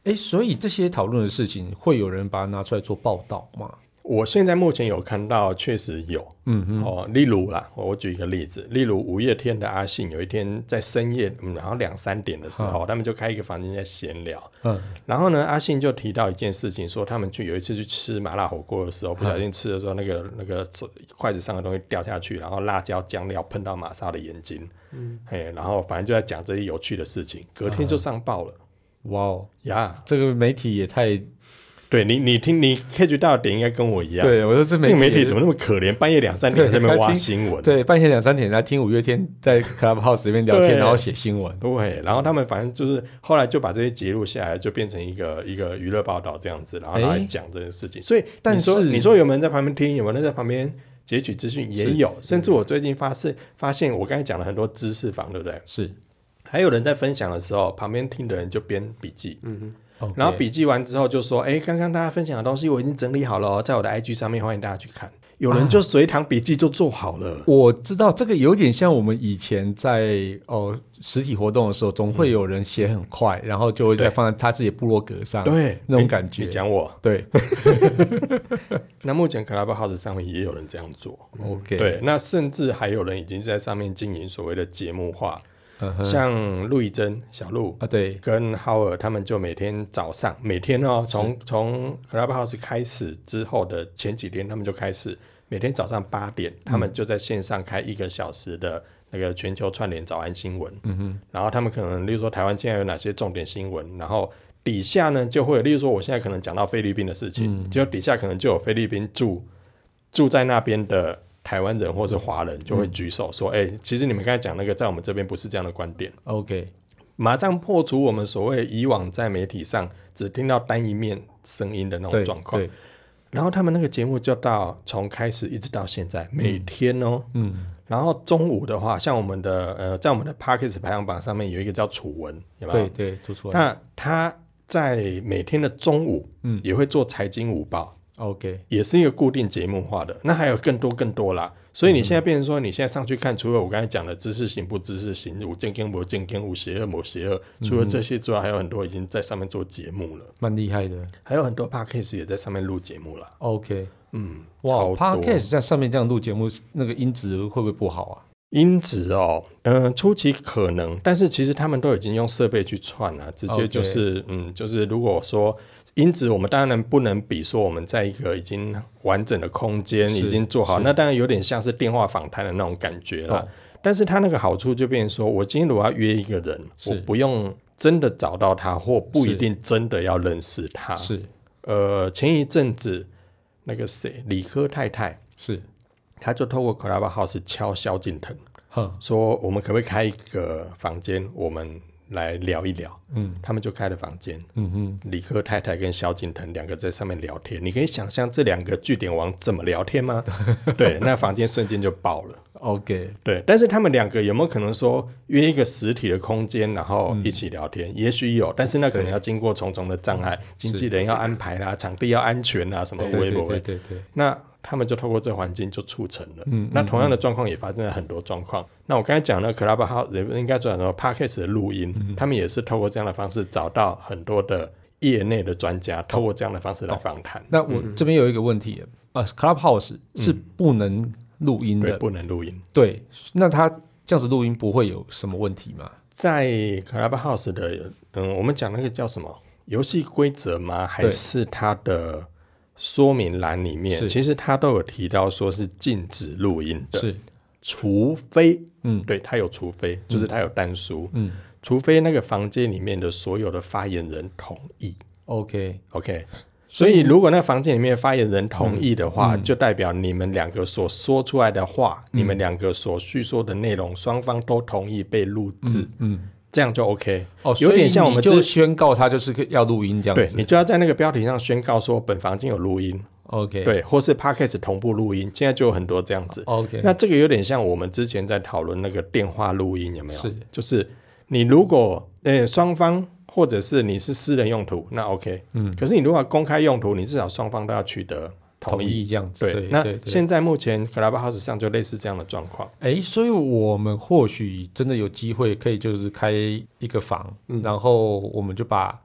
Speaker 2: 哎，所以这些讨论的事情，会有人把它拿出来做报道吗？
Speaker 1: 我现在目前有看到，确实有，嗯嗯，哦，例如啦，我我举一个例子，例如五月天的阿信，有一天在深夜，嗯，然后两三点的时候，他们就开一个房间在闲聊，
Speaker 2: 嗯，
Speaker 1: 然后呢，阿信就提到一件事情，说他们去有一次去吃麻辣火锅的时候，不小心吃的时候，那个那个筷子上的东西掉下去，然后辣椒酱料喷到玛莎的眼睛，嗯，啊嘿，然后反正就在讲这些有趣的事情，隔天就上报了
Speaker 2: 哇哦，
Speaker 1: 呀。
Speaker 2: 这个媒体也太……
Speaker 1: 对你，你听你 catch 到的点应该跟我一样，，
Speaker 2: 对我说这
Speaker 1: 这个媒
Speaker 2: 也
Speaker 1: 体
Speaker 2: 是
Speaker 1: 怎么那么可怜，半夜两三点在那边挖新闻，
Speaker 2: 对半夜两三点在听五月天 在 Clubhouse 里面聊天，
Speaker 1: 对
Speaker 2: 然后写新闻，
Speaker 1: 对，然后他们反正就是后来就把这些截录下来，就变成一个一个娱乐报道这样子，然后拿来
Speaker 2: 诶
Speaker 1: 讲这件事情。所以你
Speaker 2: 但
Speaker 1: 说
Speaker 2: 是
Speaker 1: 你说有没有人在旁边听，有没有人在旁边截取资讯？也有，甚
Speaker 2: 嗯
Speaker 1: 至我最近发现发现我刚才讲了很多知识房，对不对？
Speaker 2: 是，
Speaker 1: 还有人在分享的时候，旁边听的人就编笔记，
Speaker 2: 嗯 OK
Speaker 1: 然后笔记完之后就说：“哎，刚刚大家分享的东西我已经整理好了哦，在我的 IG 上面，欢迎大家去看。”有
Speaker 2: 啊
Speaker 1: 人就随堂笔记就做好了。
Speaker 2: 我知道这个有点像我们以前在哦实体活动的时候，总会有人写很快，然后就会
Speaker 1: 嗯
Speaker 2: 再
Speaker 1: 对
Speaker 2: 放在他自己的部落格上，
Speaker 1: 对，
Speaker 2: 啊那种
Speaker 1: 你
Speaker 2: 感觉
Speaker 1: 你，讲我，
Speaker 2: 对
Speaker 1: 那目前 Clubhouse 上面也有人这样做。嗯
Speaker 2: ，OK，，
Speaker 1: 对，那甚至还有人已经在上面经营所谓的节目化，
Speaker 2: 嗯哼，
Speaker 1: 像陆以真、小鹿
Speaker 2: 啊对，
Speaker 1: 跟浩尔他们就每天早上，每天哦，从从 Clubhouse 开始之后的前几天，他们就开始每天早上八点，他们就在线上开一个小时的那个全球串联早安新闻。嗯哼，然后他们可能，例如说台湾现在有哪些重点新闻，然后。底下呢就会有，例如说我现在可能讲到菲律宾的事情，就底下可能就有菲律宾驻住在那边的台湾人或是华人就会举手说：“哎、其实你们刚才讲那个，在我们这边不是这样的观点。
Speaker 2: OK，”
Speaker 1: 马上破除我们所谓以往在媒体上只听到单一面声音的那
Speaker 2: 对，
Speaker 1: 种状况
Speaker 2: 对。，
Speaker 1: 然后他们那个节目就到从开始一直到现在，每天哦，
Speaker 2: 嗯，
Speaker 1: 然后中午的话，像我们的呃，在我们的 Parkes 排行榜上面有一个叫楚文，有没有
Speaker 2: 对？对，做出来
Speaker 1: 那他在每天的中午，嗯，也会做财经午报，
Speaker 2: ，OK，
Speaker 1: 也是一个固定节目化的。那还有更多更多啦，所以你现在变成说，你现在上去看，除了我刚才讲的知识型不知识型，无健跟无健跟无邪恶某邪恶，除了这些之外，还有很多已经在上面做节目了，
Speaker 2: 蛮厉害的
Speaker 1: 还有很多 podcast 也在上面录节目了。
Speaker 2: ，OK，
Speaker 1: 嗯，
Speaker 2: 哇
Speaker 1: 超多
Speaker 2: ，Podcast 在上面这样录节目，那个音质会不会不好啊？
Speaker 1: 音质哦，嗯、初期可能，但是其实他们都已经用设备去串了、直接
Speaker 2: OK
Speaker 1: 就是嗯，就是如果说音质，我们当然不能比说我们在一个已经完整的空间
Speaker 2: 是
Speaker 1: 已经做好，
Speaker 2: 是
Speaker 1: 那当然有点像是电话访谈的那种感觉啦
Speaker 2: 懂。
Speaker 1: 但是它那个好处就变成说，我今天如果要约一个人，
Speaker 2: 是
Speaker 1: 我不用真的找到他，或不
Speaker 2: 是
Speaker 1: 一定真的要认识他。
Speaker 2: 是
Speaker 1: 呃，前一阵子那个谁，理科太太，
Speaker 2: 是，
Speaker 1: 她就透过 Clubhouse 敲萧敬腾。
Speaker 2: 哼，
Speaker 1: 说我们可不可以开一个房间，我们来聊一聊。
Speaker 2: 嗯
Speaker 1: 他们就开了房间，
Speaker 2: 嗯哼，
Speaker 1: 理科太太跟萧敬腾两个在上面聊天。你可以想象这两个据点王怎么聊天吗？ 对，那房间瞬间就爆了。
Speaker 2: ，OK，
Speaker 1: 对，但是他们两个有没有可能说约一个实体的空间，然后一起聊
Speaker 2: 嗯
Speaker 1: 天？也许有，但是那可能要经过重重的障碍，经纪人要安排啦、场地要安全啦、什么
Speaker 2: 对
Speaker 1: 微
Speaker 2: 对
Speaker 1: 博嗯
Speaker 2: 对对对，
Speaker 1: 那他们就透过这环境就促成了。
Speaker 2: 嗯
Speaker 1: 那同样的状况也发生了很多状况。那我刚才讲的 Clubhouse 也应该转成 Podcast 的录音，
Speaker 2: 嗯
Speaker 1: 他们也是透过这样的方式找到很多的业内的专家，透过这样的方式来访谈。
Speaker 2: 那我这边有一个问题啊，Clubhouse
Speaker 1: 嗯
Speaker 2: 是不能录音
Speaker 1: 对，
Speaker 2: 的，
Speaker 1: 不能录音。
Speaker 2: 对，那它这样子录音不会有什么问题吗？
Speaker 1: 在 Clubhouse 的，嗯，我们讲那个叫什么游戏规则吗？还
Speaker 2: 对
Speaker 1: 是它的说明栏里面，
Speaker 2: 是
Speaker 1: 其实它都有提到说是禁止录音的。
Speaker 2: 是，
Speaker 1: 除非，
Speaker 2: 嗯
Speaker 1: 嗯，对，它有除非，就是它有单数，
Speaker 2: 嗯，
Speaker 1: 除非那个房间里面的所有的发言人同意。
Speaker 2: OK，
Speaker 1: OK，所以如果那房间里面的发言人同意的
Speaker 2: 嗯
Speaker 1: 话，就代表你们两个所说出来的话，你们两个所叙说的内容，双方都同意被录制，
Speaker 2: 嗯，
Speaker 1: 这样就 OK。
Speaker 2: 哦，
Speaker 1: 有点像我们
Speaker 2: 所以你
Speaker 1: 之
Speaker 2: 就宣告他就是要录音这样
Speaker 1: 对
Speaker 2: 子。
Speaker 1: 你就要在那个标题上宣告说本房间有录音，
Speaker 2: OK，
Speaker 1: 对，或是 Podcast 同步录音，现在就有很多这样子。
Speaker 2: ，OK，
Speaker 1: 那这个有点像我们之前在讨论那个电话录音，有没有？
Speaker 2: 是，
Speaker 1: 就是你如果呃双方或者是你是私人用途，那 OK，嗯，可是你如果公开用途，你至少双方都要取得同
Speaker 2: 同
Speaker 1: 意。
Speaker 2: 意这样子。
Speaker 1: 对，
Speaker 2: 对，对
Speaker 1: 那
Speaker 2: 对
Speaker 1: 现在目前 Clubhouse 上就类似这样的状况。
Speaker 2: 哎，所以我们或许真的有机会可以就是开一个房，
Speaker 1: 嗯
Speaker 2: 然后我们就把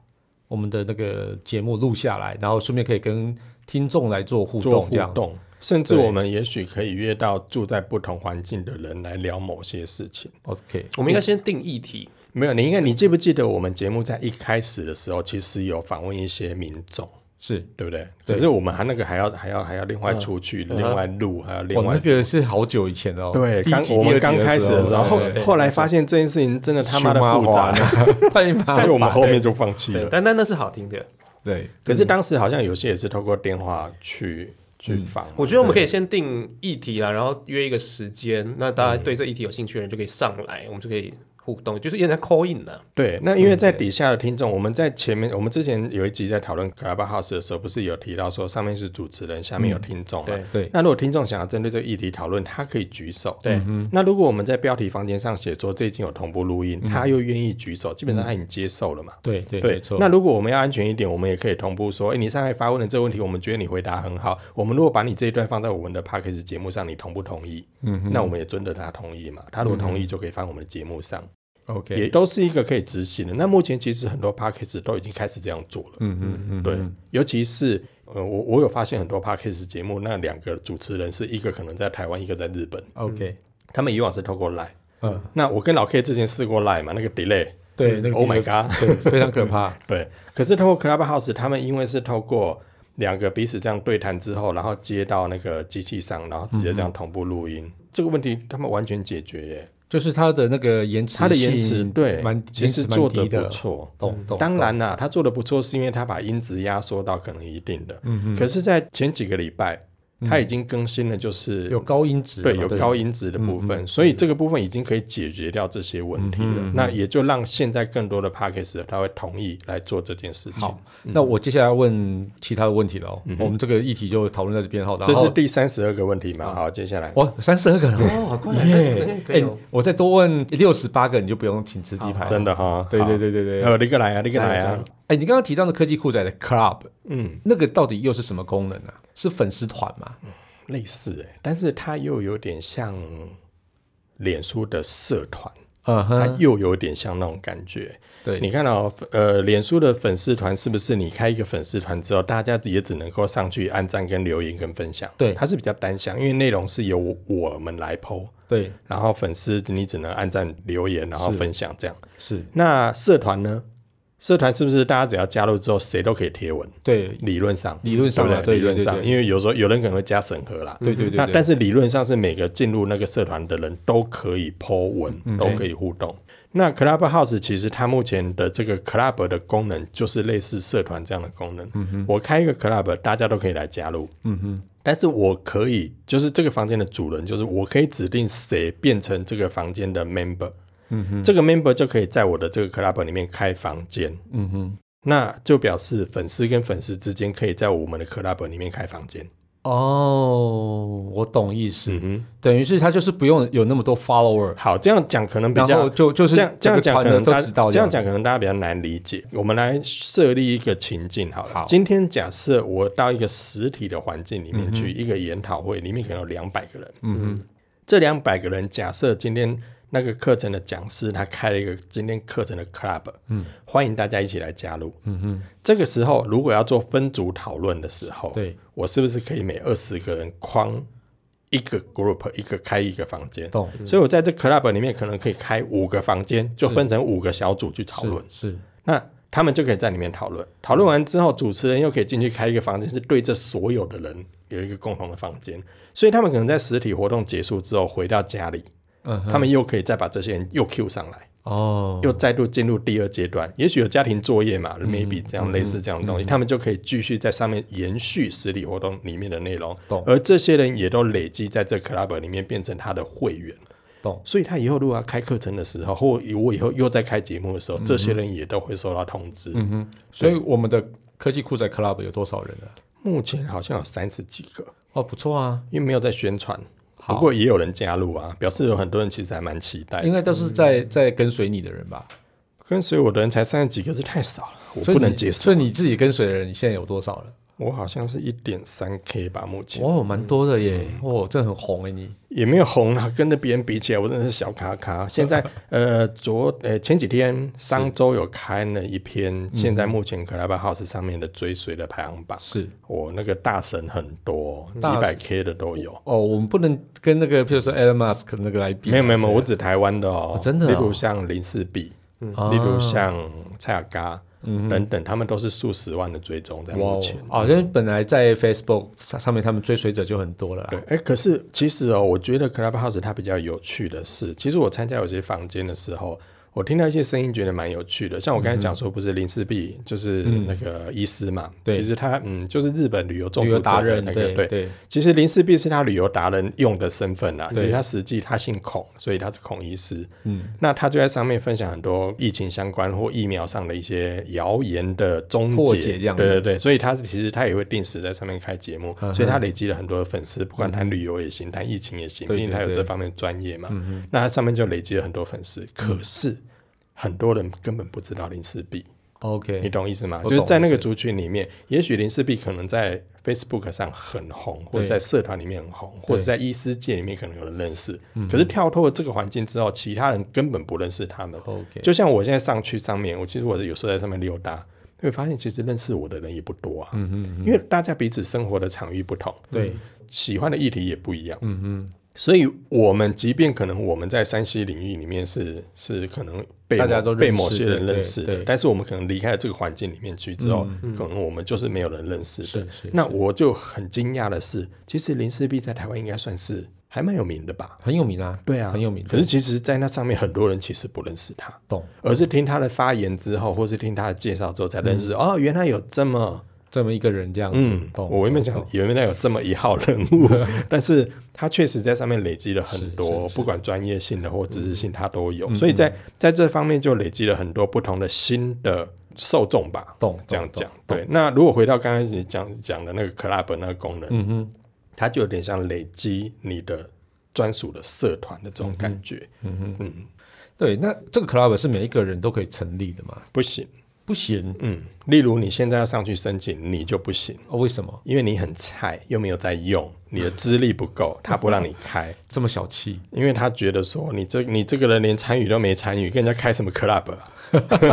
Speaker 2: 我们的那个节目录下来，然后顺便可以跟听众来做互
Speaker 1: 做
Speaker 2: 动，
Speaker 1: 互
Speaker 2: 这样。
Speaker 1: 动，甚至
Speaker 2: 对
Speaker 1: 我们也许可以约到住在不同环境的人来聊某些事情。
Speaker 2: OK，
Speaker 3: 我们应该先定议题，
Speaker 1: 没有，你应该你记不记得我们节目在一开始的时候，其实有访问一些民众，
Speaker 2: 是，
Speaker 1: 对不对？
Speaker 2: 对
Speaker 1: 可是我们还那个还要还要还要另外出去，
Speaker 3: 嗯
Speaker 1: 另外录，还要另
Speaker 2: 哇，
Speaker 1: 外
Speaker 2: 那个是好久以前的哦。
Speaker 1: 对，
Speaker 2: 第一
Speaker 1: 刚
Speaker 2: 集
Speaker 1: 我
Speaker 2: 第
Speaker 1: 们
Speaker 2: 二集
Speaker 1: 刚开始的时候，后
Speaker 2: 对对
Speaker 3: 对
Speaker 1: 后来发现这件事情真的他妈的
Speaker 2: 凶
Speaker 1: 复杂
Speaker 2: 妈， 太麻
Speaker 1: 所以
Speaker 2: 烦
Speaker 1: 我们后
Speaker 2: 了
Speaker 1: 面就放弃
Speaker 3: 对
Speaker 1: 了，。
Speaker 3: 但但那是好听的。
Speaker 2: 对，
Speaker 1: 可是当时好像有些也是透过电话去
Speaker 2: 嗯
Speaker 1: 去访，
Speaker 3: 我觉得我们可以先定议题啦，然后约一个时间，那大家对这议题有兴趣的人就可以上来，我们就可以互动，就是有点像 call in 啦。
Speaker 1: 对，那因为在底下的听众，我们在前面，我们之前有一集在讨论 Clubhouse 的时候，不是有提到说上面是主持人，下面有听众嘛？
Speaker 3: 对
Speaker 2: 嗯对，
Speaker 1: 那如果听众想要针对这个议题讨论，他可以举手。嗯
Speaker 3: 对，
Speaker 1: 那如果我们在标题房间上写说这已经有同步录音，他又愿意举手，基本上他已经接受了嘛。
Speaker 2: 对，嗯对，没
Speaker 1: 对
Speaker 2: 错。，
Speaker 1: 那如果我们要安全一点，我们也可以同步说，哎，你上来发问的这个问题，我们觉得你回答很好。我们如果把你这一段放在我们的 p a c k a g e 节目上，你同不同意？嗯，那我们也征得他同意嘛。他如果同
Speaker 2: 嗯
Speaker 1: 意，就可以放我们的节目上，也
Speaker 2: OK，
Speaker 1: 都是一个可以执行的。那目前其实很多 p a c k a g e 都已经开始这样做了。
Speaker 2: 嗯嗯嗯，
Speaker 1: 对，尤其是呃，我我有发现很多 podcast 节目，那两个主持人是一个可能在台湾，一个在日本，
Speaker 2: ，OK，
Speaker 1: 他们以往是透过 Line。
Speaker 2: 嗯，
Speaker 1: 那我跟老 K 之前试过 Line 嘛，那个 delay，
Speaker 2: 对，那个
Speaker 1: Oh
Speaker 2: 地
Speaker 1: my
Speaker 2: 方
Speaker 1: god，
Speaker 2: 对，非常可怕。
Speaker 1: 对。可是透过 Clubhouse，他们因为是透过两个彼此这样对谈之后，然后接到那个机器上，然后直接这样同步录音，这个问题他们完全解决耶。
Speaker 2: 就是它的那个延迟性，
Speaker 1: 他的延迟对
Speaker 2: 蛮，
Speaker 1: 其实
Speaker 2: 延迟蛮
Speaker 1: 做
Speaker 2: 低
Speaker 1: 得
Speaker 2: 的
Speaker 1: 不错。
Speaker 2: 懂懂。
Speaker 1: 当然啦、他做的不错，是因为他把音质压缩到可能一定的。
Speaker 2: 嗯
Speaker 1: 可是，在前几个礼拜，他已经更新了，就是
Speaker 2: 有嗯高音质的
Speaker 1: 对
Speaker 2: 嘛，
Speaker 1: 有高音质的部分，所以这个部分已经可以解决掉这些问题
Speaker 2: 嗯
Speaker 1: 了。那也就让现在更多的 p a c k a g e 他会同意来做这件事情
Speaker 2: 好。那我接下来问其他的问题了、哦我们这个议题就讨论到这边哈。
Speaker 1: 嗯
Speaker 2: 然
Speaker 1: 这是
Speaker 2: 后嗯
Speaker 1: 第三十二个问题嘛？好，接下来
Speaker 2: 哇，三十二个了，
Speaker 3: 哦，快
Speaker 2: 耶！
Speaker 3: 可以
Speaker 2: 哎
Speaker 3: 哦，
Speaker 2: 我再多问六十八个，你就不用请吃鸡排。
Speaker 1: 真的哈，
Speaker 2: 对对
Speaker 1: 对，
Speaker 2: 对对对。
Speaker 1: 呃，你个来啊，你个来
Speaker 3: 加油加
Speaker 1: 啊
Speaker 3: 油，
Speaker 2: 哎，你刚刚提到的科技酷仔的 Club，
Speaker 1: 嗯，
Speaker 2: 那个到底又是什么功能啊？是粉丝团吗？
Speaker 1: 类似哎，但是它又有点像脸书的社团，
Speaker 2: 嗯
Speaker 1: 它
Speaker 2: 哼，
Speaker 1: 又有点像那种感觉。
Speaker 2: 对，
Speaker 1: 你看哦，呃，脸书的粉丝团是不是你开一个粉丝团之后，大家也只能够上去按赞、跟留言、跟分享？
Speaker 2: 对
Speaker 1: 它是比较单向，因为内容是由我我们来 PO，
Speaker 2: 对，
Speaker 1: 然后粉丝你只能按赞、留言，然后分享这样。
Speaker 2: 是，
Speaker 1: 那社团呢？社团是不是大家只要加入之后，谁都可以贴文？
Speaker 2: 对，
Speaker 1: 理论上，
Speaker 2: 理论上
Speaker 1: 对
Speaker 2: 啊
Speaker 1: 不对？
Speaker 2: 对对嗯
Speaker 1: 理论
Speaker 2: 对
Speaker 1: 上，
Speaker 2: 对
Speaker 1: 因为有时候有人可能会加审核啦。
Speaker 2: 对对对
Speaker 1: 那
Speaker 2: 对
Speaker 1: 但是理论上是每个进入那个社团的人都可以 Po 文，
Speaker 2: 嗯
Speaker 1: 都可以互动。那 Clubhouse 其实它目前的这个 Club 的功能就是类似社团这样的功能。
Speaker 2: 嗯
Speaker 1: 我开一个 Club，大家都可以来加入。嗯哼。但是我可以，就是这个房间的主人，就是我可以指定谁变成这个房间的 member。嗯哼。这个 member 就可以在我的这个 Club 里面开房间。
Speaker 2: 嗯哼，
Speaker 1: 那就表示粉丝跟粉丝之间可以在我们的 club 里面开房间。
Speaker 2: 哦，我懂意思，
Speaker 1: 嗯
Speaker 2: 等于是他就是不用有那么多 follower，
Speaker 1: 哼，好，这样讲可能比
Speaker 2: 然后
Speaker 1: 较。
Speaker 2: 就就是
Speaker 1: 这样这
Speaker 2: 整
Speaker 1: 样
Speaker 2: 个
Speaker 1: 讲，
Speaker 2: 团
Speaker 1: 可
Speaker 2: 的
Speaker 1: 能
Speaker 2: 都
Speaker 1: 大
Speaker 2: 知道
Speaker 1: 这样讲可能大家比较难理解。我们来设立一个情境好了。
Speaker 2: 好
Speaker 1: 今天假设我到一个实体的环境里面去，一个研讨会，里面可能有两百个人。嗯哼，这两百个人，假设今天那个课程的讲师他开了一个今天课程的 club，嗯，欢迎大家一起来加入。嗯哼，这个时候如果要做分组讨论的时候，
Speaker 2: 对，
Speaker 1: 我是不是可以每二十个人框一个 group，一个开一个房间？
Speaker 2: 懂
Speaker 1: 所以我在这 club 里面可能可以开五个房间，就分成五个小组去讨论。
Speaker 2: 是
Speaker 1: 那他们就可以在里面讨论，讨论完之后，主持人又可以进去开一个房间，是对这所有的人有一个共同的房间。所以他们可能在实体活动结束之后回到家里，
Speaker 2: 嗯哼
Speaker 1: 他们又可以再把这些人又 Q 上来。
Speaker 2: 哦，
Speaker 1: 又再度进入第二阶段，也许有家庭作业嘛、m a y
Speaker 2: 嗯
Speaker 1: b e 这样类似这样的东西，他们就可以继续在上面延续实体活动里面的内容
Speaker 2: 懂，
Speaker 1: 而这些人也都累积在这 club 里面变成他的会员，
Speaker 2: 懂
Speaker 1: 所以他以后如果要开课程的时候，或我以后又在开节目的时候，这些人也都会收到通知。
Speaker 2: 嗯哼，所以我们的科技酷仔 Club 有多少人啊？
Speaker 1: 目前好像有三十几个，
Speaker 2: 哦，不错啊，
Speaker 1: 因为没有在宣传，
Speaker 2: 好
Speaker 1: 不过也有人加入啊，表示有很多人其实还蛮期待的
Speaker 2: 应。该都是在在跟随你的人吧？
Speaker 1: 跟随我的人才三十几个，这太少了，我
Speaker 2: 所以
Speaker 1: 不能
Speaker 2: 你
Speaker 1: 接受。
Speaker 2: 所以你自己跟随的人，你现在有多少了？
Speaker 1: 我好像是一点三 K 吧，目前
Speaker 2: 哦，蛮多的耶，哦，真的很红哎，你
Speaker 1: 也没有红啊，跟着别人比起来，我真的是小卡 卡。现在呃，昨呃前几天商周有开了一篇，现在目前 Clubhouse 上面的追随的排行榜，
Speaker 2: 是
Speaker 1: 我那个大神很多，几
Speaker 2: 大
Speaker 1: 百 K 的都有。
Speaker 2: 哦，我们不能跟那个，譬如说 Elon Musk 那个来比，
Speaker 1: 没有没有没有，我指台湾的哦，
Speaker 2: 真的哦
Speaker 1: 例如像林世璧，
Speaker 2: 啊嗯
Speaker 1: 例如像蔡雅嘎等等，他们都是数十万的追踪在
Speaker 2: 哇
Speaker 1: 目
Speaker 2: 哦
Speaker 1: 前。
Speaker 2: 哦，因为本来在 Facebook 上上面，他们追随者就很多了啦
Speaker 1: 对，哎、可是其实哦，我觉得 Clubhouse 它比较有趣的是，其实我参加有些房间的时候，我听到一些声音，觉得蛮有趣的。像我刚才
Speaker 2: 嗯
Speaker 1: 讲说，不是林世璧，就是那个医师嘛，
Speaker 2: 对
Speaker 1: 其实他嗯，就是日本旅游中
Speaker 2: 旅
Speaker 1: 毒
Speaker 2: 游达
Speaker 1: 者的
Speaker 2: 人，
Speaker 1: 那个
Speaker 2: 对对，
Speaker 1: 其实林世璧是他旅游达人用的身份啦，
Speaker 2: 对
Speaker 1: 其实他实际他姓孔，所以他是孔医师。嗯，那他就在上面分享很多疫情相关或疫苗上的一些谣言的终
Speaker 2: 破
Speaker 1: 结
Speaker 2: 解这样子嗯
Speaker 1: 对对对，所以他其实他也会定时在上面开节目，所以他累积了很多的粉丝，不管谈旅游也行，谈疫情也行，
Speaker 2: 对
Speaker 1: 毕竟他有
Speaker 2: 对嗯
Speaker 1: 这方面的专业嘛。那他上面就累积了很多粉丝，可是很多人根本不知道林世璧。你
Speaker 2: OK，
Speaker 1: 懂意思吗？
Speaker 2: 我
Speaker 1: 就是
Speaker 2: 懂
Speaker 1: 在那
Speaker 2: 我
Speaker 1: 个
Speaker 2: 是
Speaker 1: 族群里面，也许林世璧可能在 Facebook 上很红，或者
Speaker 2: 对
Speaker 1: 在社团里面很红，或者在医师界里面可能有人认识。
Speaker 2: 嗯
Speaker 1: 可是跳脱了这个环境之后，其他人根本不认识他们。
Speaker 2: OK
Speaker 1: 就像我现在上去上面，我其实我有时候在上面溜达，会发现其实认识我的人也不多啊。
Speaker 2: 嗯
Speaker 1: 因为大家彼此生活的场域不同，
Speaker 2: 对，
Speaker 1: 喜欢的议题也不一样。嗯嗯。所以，我们即便可能我们在山西领域里面是是可能被
Speaker 2: 大
Speaker 1: 某
Speaker 2: 家都认识
Speaker 1: 被某些人
Speaker 2: 对
Speaker 1: 认识
Speaker 2: 对
Speaker 1: 的
Speaker 2: 对，
Speaker 1: 但是我们可能离开了这个环境里面去之后，可能我们就是没有人认识的
Speaker 2: 嗯是。是
Speaker 1: 那我就很惊讶的是，其实林世璧在台湾应该算是还蛮有名的吧？
Speaker 2: 很有名啊，
Speaker 1: 对啊，
Speaker 2: 很有名
Speaker 1: 可是其实，在那上面很多人其实不认识他，
Speaker 2: 懂
Speaker 1: 而是听他的发言之后，或是听他的介绍之后才认
Speaker 2: 嗯
Speaker 1: 识。哦，原来有这么
Speaker 2: 这么一个人这样
Speaker 1: 嗯
Speaker 2: 子，，懂？
Speaker 1: 我原本想
Speaker 2: 懂
Speaker 1: 原本有这么一号人 物，但是他确实在上面累积了很多，不管专业性的或知识
Speaker 2: 嗯
Speaker 1: 性，他都有，所以在在这方面就累积了很多不同的新的受众吧。
Speaker 2: 懂
Speaker 1: 这样
Speaker 2: 懂
Speaker 1: 讲，对。那如果回到刚开始讲讲的那个 club 那个功能，嗯哼，它就有点像累积你的专属的社团的这种感觉，嗯哼，嗯，
Speaker 2: 对，那这个 club 是每一个人都可以成立的嘛？
Speaker 1: 不行，
Speaker 2: 不行，
Speaker 1: 嗯，例如你现在要上去申请，你就不行。
Speaker 2: 哦，为什么
Speaker 1: 因为你很菜，又没有在用，你的资历不够，他不让你开，
Speaker 2: 这么小气？
Speaker 1: 因为他觉得说你这你这个人连参与都没参与，跟人家开什么 club？、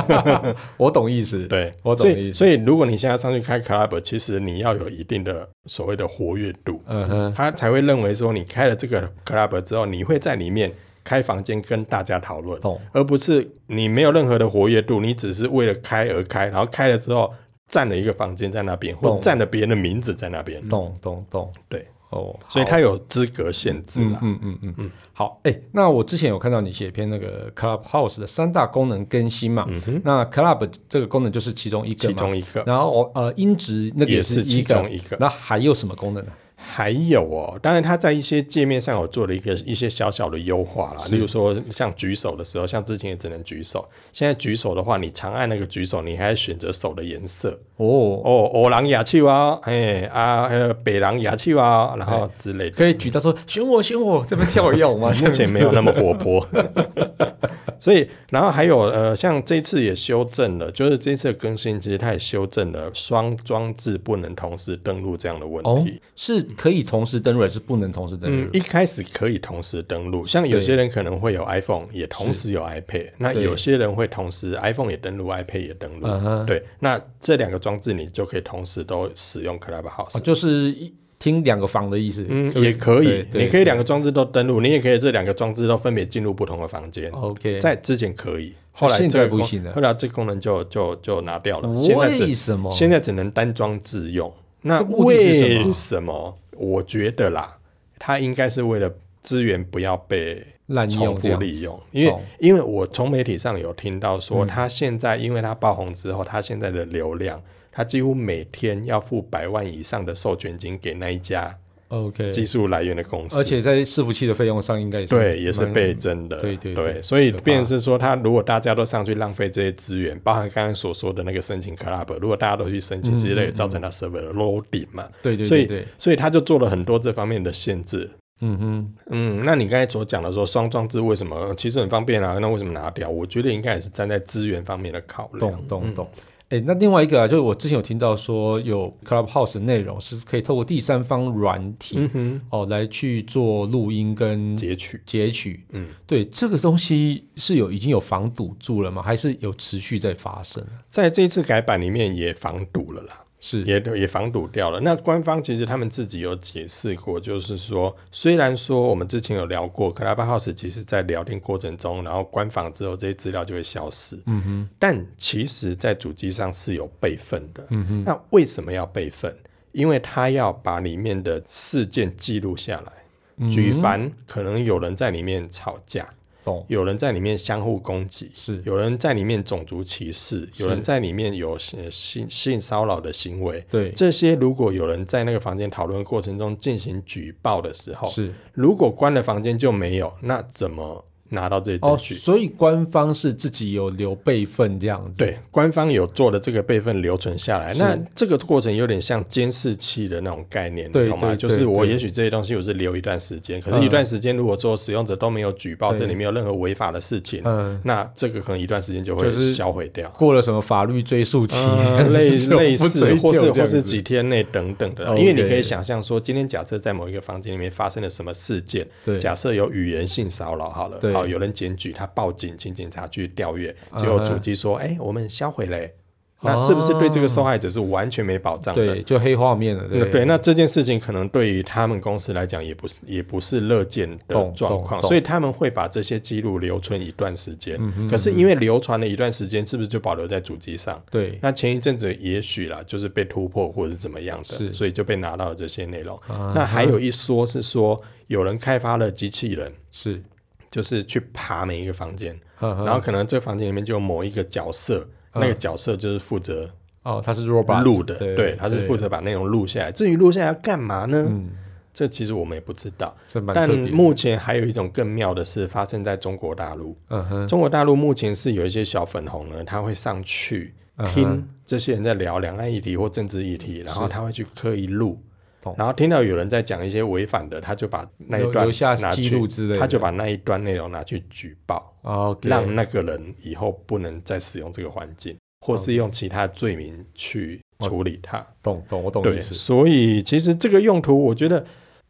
Speaker 1: 啊、
Speaker 2: 我懂意思，
Speaker 1: 嗯对，
Speaker 2: 我懂
Speaker 1: 所
Speaker 2: 意
Speaker 1: 以
Speaker 2: 思，
Speaker 1: 所以如果你现在上去开 club，其实你要有一定的所谓的活跃度，
Speaker 2: 嗯哼，
Speaker 1: 他才会认为说你开了这个 club 之后，你会在里面开房间跟大家讨论，
Speaker 2: 懂
Speaker 1: 而不是你没有任何的活跃度，你只是为了开而开，然后开了之后占了一个房间在那边，或
Speaker 2: 懂
Speaker 1: 占了别人的名字在那边，
Speaker 2: 懂懂懂，
Speaker 1: 对。
Speaker 2: 哦，
Speaker 1: 嗯所以
Speaker 2: 好
Speaker 1: 它有资格限制啦。
Speaker 2: 嗯嗯嗯嗯，好，哎、那我之前有看到你写一篇那个 Clubhouse 的三大功能更新嘛，那 Club 这个功能就是其中一个
Speaker 1: 嗯其
Speaker 2: 嘛，
Speaker 1: 中一个。
Speaker 2: 然后我呃音质那个
Speaker 1: 也
Speaker 2: 是
Speaker 1: 是其
Speaker 2: 个
Speaker 1: 中一个
Speaker 2: 那还有什么功能啊呢、
Speaker 1: 还有哦，当然它在一些界面上有做了一个一些小小的优化啦，例如说像举手的时候，像之前也只能举手，现在举手的话，你长按那个举手，你还选择手的颜色
Speaker 2: 哦，
Speaker 1: 哦，欧狼牙气啊，哎啊，还有北狼牙气啊，然后之类的。嗯
Speaker 2: 可以举到说选我选我，这边跳跃吗？
Speaker 1: 目前没有那么活泼， 所以然后还有呃，像这次也修正了，就是这次的更新其实它也修正了双装置不能同时登录这样的问
Speaker 2: 哦
Speaker 1: 题。，
Speaker 2: 是可以同时登录，还是不能同时登
Speaker 1: 嗯
Speaker 2: 录，？
Speaker 1: 一开始可以同时登录，像有些人可能会有 iPhone，也同时有 iPad。那
Speaker 2: 对
Speaker 1: 有些人会同时 iPhone 也登录，iPad 也登录。
Speaker 2: 嗯哼
Speaker 1: 对，那这两个装置你就可以同时都使用
Speaker 2: 哦
Speaker 1: Clubhouse。
Speaker 2: 就是一听两个房的意思。
Speaker 1: 嗯，也可以
Speaker 2: 对，对
Speaker 1: 你可以两个装置都登录，你也可以这两个装置都分别进入不同的房间。
Speaker 2: 哦 OK，
Speaker 1: 在之前可以，后来
Speaker 2: 现
Speaker 1: 这
Speaker 2: 在
Speaker 1: 个功
Speaker 2: 不行了哦
Speaker 1: 后来这个功能就就就拿掉了。现在
Speaker 2: 为
Speaker 1: 只
Speaker 2: 什么？
Speaker 1: 现在只能单装自用。那
Speaker 2: 这目的是什么
Speaker 1: 为什么？我觉得啦，它应该是为了资源不要被
Speaker 2: 滥
Speaker 1: 重
Speaker 2: 用这
Speaker 1: 复
Speaker 2: 样
Speaker 1: 利
Speaker 2: 子。
Speaker 1: 用，因为、
Speaker 2: 哦嗯
Speaker 1: 因为我从媒体上有听到说，他现在因为他爆红之后，他现在的流量，他几乎每天要付百万以上的授权金给那一家
Speaker 2: OK，
Speaker 1: 技术来源的公司，
Speaker 2: 而且在伺服器的费用上应该也是
Speaker 1: 对也是
Speaker 2: 蛮
Speaker 1: 倍增的，
Speaker 2: 对对
Speaker 1: 对
Speaker 2: 对
Speaker 1: 所以
Speaker 2: 可怕
Speaker 1: 变成是说，他如果大家都上去浪费这些资源，包含刚刚所说的那个申请 club，如果大家都去申请，其实也造成他 server 的 loading 嘛，
Speaker 2: 对嗯对
Speaker 1: 所
Speaker 2: 对
Speaker 1: 以
Speaker 2: 对，
Speaker 1: 所以他就做了很多这方面的限制，
Speaker 2: 嗯哼，
Speaker 1: 嗯，那你刚才所讲的说双装置为什么其实很方便啊？那为什么拿掉？我觉得应该也是站在资源方面的考量。
Speaker 2: 懂懂懂。
Speaker 1: 嗯
Speaker 2: 哎，那另外一个啊，就是我之前有听到说有 Clubhouse 的内容是可以透过第三方软体、
Speaker 1: 嗯哼，
Speaker 2: 哦来去做录音跟
Speaker 1: 截取。
Speaker 2: 截取。
Speaker 1: 嗯，
Speaker 2: 对，这个东西是有已经有防堵住了吗？还是有持续在发生？
Speaker 1: 在这一次改版里面也防堵了啦，
Speaker 2: 是
Speaker 1: 也也防堵掉了。那官方其实他们自己有解释过，就是说，虽然说我们之前有聊过 Clubhouse，其实在聊天过程中，然后关访之后，这些资料就会消失。嗯哼。但其实，在主机上是有备份的。嗯哼。那为什么要备份？因为他要把里面的事件记录下来。举凡可能有人在里面吵架，
Speaker 2: 懂
Speaker 1: 有人在里面相互攻击，
Speaker 2: 是
Speaker 1: 有人在里面种族歧视，有人在里面有性性性骚扰的行为。
Speaker 2: 对
Speaker 1: 这些如果有人在那个房间讨论过程中进行举报的时候，
Speaker 2: 是
Speaker 1: 如果关了房间就没有，那怎么拿到这些证
Speaker 2: 哦，
Speaker 1: 据？
Speaker 2: 所以官方是自己有留备份这样子。
Speaker 1: 对，官方有做的这个备份留存下来，那这个过程有点像监视器的那种概念，
Speaker 2: 对
Speaker 1: 你懂吗？
Speaker 2: 对
Speaker 1: 就是
Speaker 2: 对
Speaker 1: 我
Speaker 2: 对嗯
Speaker 1: 也许这些东西我是留一段时间，可是一段时间如果说使用者都没有举报，
Speaker 2: 对
Speaker 1: 这里面有任何违法的事情，
Speaker 2: 嗯，
Speaker 1: 那这个可能一段时间就会
Speaker 2: 就是
Speaker 1: 销毁掉。
Speaker 2: 过了什么法律追诉期？
Speaker 1: 呃类
Speaker 2: 就不
Speaker 1: 类似，
Speaker 2: 追
Speaker 1: 或
Speaker 2: 究
Speaker 1: 是
Speaker 2: 这
Speaker 1: 或
Speaker 2: 样
Speaker 1: 是
Speaker 2: 子
Speaker 1: 几天内等等的啦，
Speaker 2: OK
Speaker 1: 因为你可以想象说，今天假设在某一个房间里面发生了什么事件，
Speaker 2: 对
Speaker 1: 假设有语言性骚扰好了
Speaker 2: 对，
Speaker 1: 好有人检举，他报警，请警察去调阅，
Speaker 2: 嗯哼
Speaker 1: 结果主机说，哎，我们销毁了，
Speaker 2: 哦
Speaker 1: 那是不是对这个受害者是完全没保障的
Speaker 2: 对，？就黑画面了，对
Speaker 1: 嗯对，那这件事情可能对于他们公司来讲，也不是也不是乐见的
Speaker 2: 懂
Speaker 1: 状
Speaker 2: 懂
Speaker 1: 况，
Speaker 2: 懂嗯
Speaker 1: 所以他们会把这些记录留存一段时间。可是因为流传了一段时间，是不是就保留在主机上？
Speaker 2: 对
Speaker 1: 那前一阵子也许啦，就是被突破或者怎么样的，
Speaker 2: 是啊
Speaker 1: 所以就被拿到了这些内容。那还有一说是说，有人开发了机器人，
Speaker 2: 是，
Speaker 1: 就是去爬每一个房间，
Speaker 2: 呵呵
Speaker 1: 然后可能这房间里面就有某一个角色，那个角色就是负责
Speaker 2: 哦，他是 robot
Speaker 1: 录的，
Speaker 2: 啊对，
Speaker 1: 对，他是负责把内容录下来。至于录下来要干嘛呢？这其实我们也不知道。
Speaker 2: 这蛮
Speaker 1: 但
Speaker 2: 特别的，
Speaker 1: 目前还有一种更妙的是发生在中国大陆。
Speaker 2: 嗯哼，
Speaker 1: 中国大陆目前是有一些小粉红呢，他会上去
Speaker 2: 嗯
Speaker 1: 听这些人在聊两岸议题或政治议题，然后他会去刻意录
Speaker 2: 懂，
Speaker 1: 然后听到有人在讲一些违反的，他就把那一
Speaker 2: 留
Speaker 1: 段
Speaker 2: 留下
Speaker 1: 拿
Speaker 2: 记
Speaker 1: 去
Speaker 2: 录之类的
Speaker 1: 他就把那一段内容拿去举报，
Speaker 2: 哦，OK，
Speaker 1: 让那个人以后不能再使用这个环境，或是用其他罪名去处理他。
Speaker 2: 懂懂，我懂
Speaker 1: 对，
Speaker 2: 意思，
Speaker 1: 所以其实这个用途，我觉得，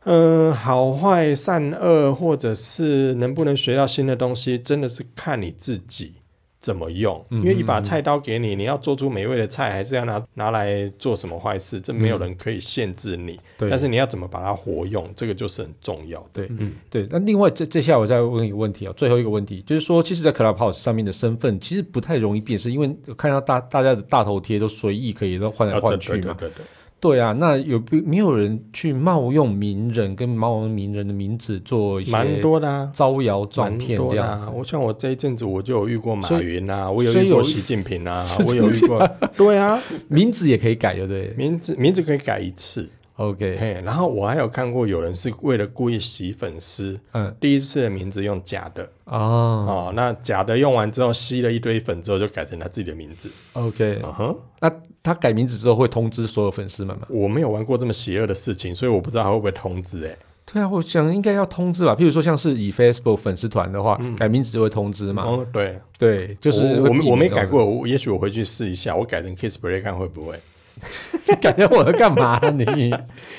Speaker 1: 嗯、好坏、善恶，或者是能不能学到新的东西，真的是看你自己怎么用。
Speaker 2: 嗯
Speaker 1: 因为一把菜刀给你，你要做出美味的菜，还是要拿拿来做什么坏事，这没有人可以限制你。
Speaker 2: 嗯对
Speaker 1: 但是你要怎么把它活用，这个就是很重要的。
Speaker 2: 对，
Speaker 1: 嗯
Speaker 2: 嗯，对。那另外这这下我再问一个问题啊、最后一个问题就是说，其实，在 Clubhouse 上面的身份其实不太容易辨识，因为我看到大大家的大头贴都随意可以都换来
Speaker 1: 啊对
Speaker 2: 换去
Speaker 1: 对
Speaker 2: 嘛。
Speaker 1: 对对对
Speaker 2: 对啊，那有不没有人去冒用名人跟冒用名人的名字做一
Speaker 1: 蛮
Speaker 2: 些
Speaker 1: 多的啊。
Speaker 2: 招摇撞
Speaker 1: 蛮
Speaker 2: 骗
Speaker 1: 多的
Speaker 2: 这样
Speaker 1: 啊
Speaker 2: 子？！
Speaker 1: 我像我这一阵子我就有遇过马
Speaker 2: 所以
Speaker 1: 云啊，我有
Speaker 2: 所以
Speaker 1: 遇过
Speaker 2: 有
Speaker 1: 习近平 啊，我有遇过，对啊，
Speaker 2: 名字也可以改，对不对
Speaker 1: 名字名字可以改一次，
Speaker 2: ？OK，
Speaker 1: 嘿，然后我还有看过有人是为了故意洗粉丝，
Speaker 2: 嗯，
Speaker 1: 第一次的名字用假的
Speaker 2: 哦
Speaker 1: 哦，那假的用完之后吸了一堆粉之后就改成他自己的名字。
Speaker 2: ，OK，
Speaker 1: 嗯哼，
Speaker 2: 那他改名字之后会通知所有粉丝们吗？
Speaker 1: 我没有玩过这么邪恶的事情，所以我不知道他会不会通知、欸。
Speaker 2: 对啊，我想应该要通知吧。譬如说，像是以 Facebook 粉丝团的话，改名字就会通知嘛。
Speaker 1: 哦，对，
Speaker 2: 对，就是
Speaker 1: 我我
Speaker 2: 会避
Speaker 1: 没我没
Speaker 2: 免哦
Speaker 1: 改
Speaker 2: 这种
Speaker 1: 过，我也许我回去试一下，我改成 Kiss Play 看会不会。
Speaker 2: 事，改掉我的干嘛？你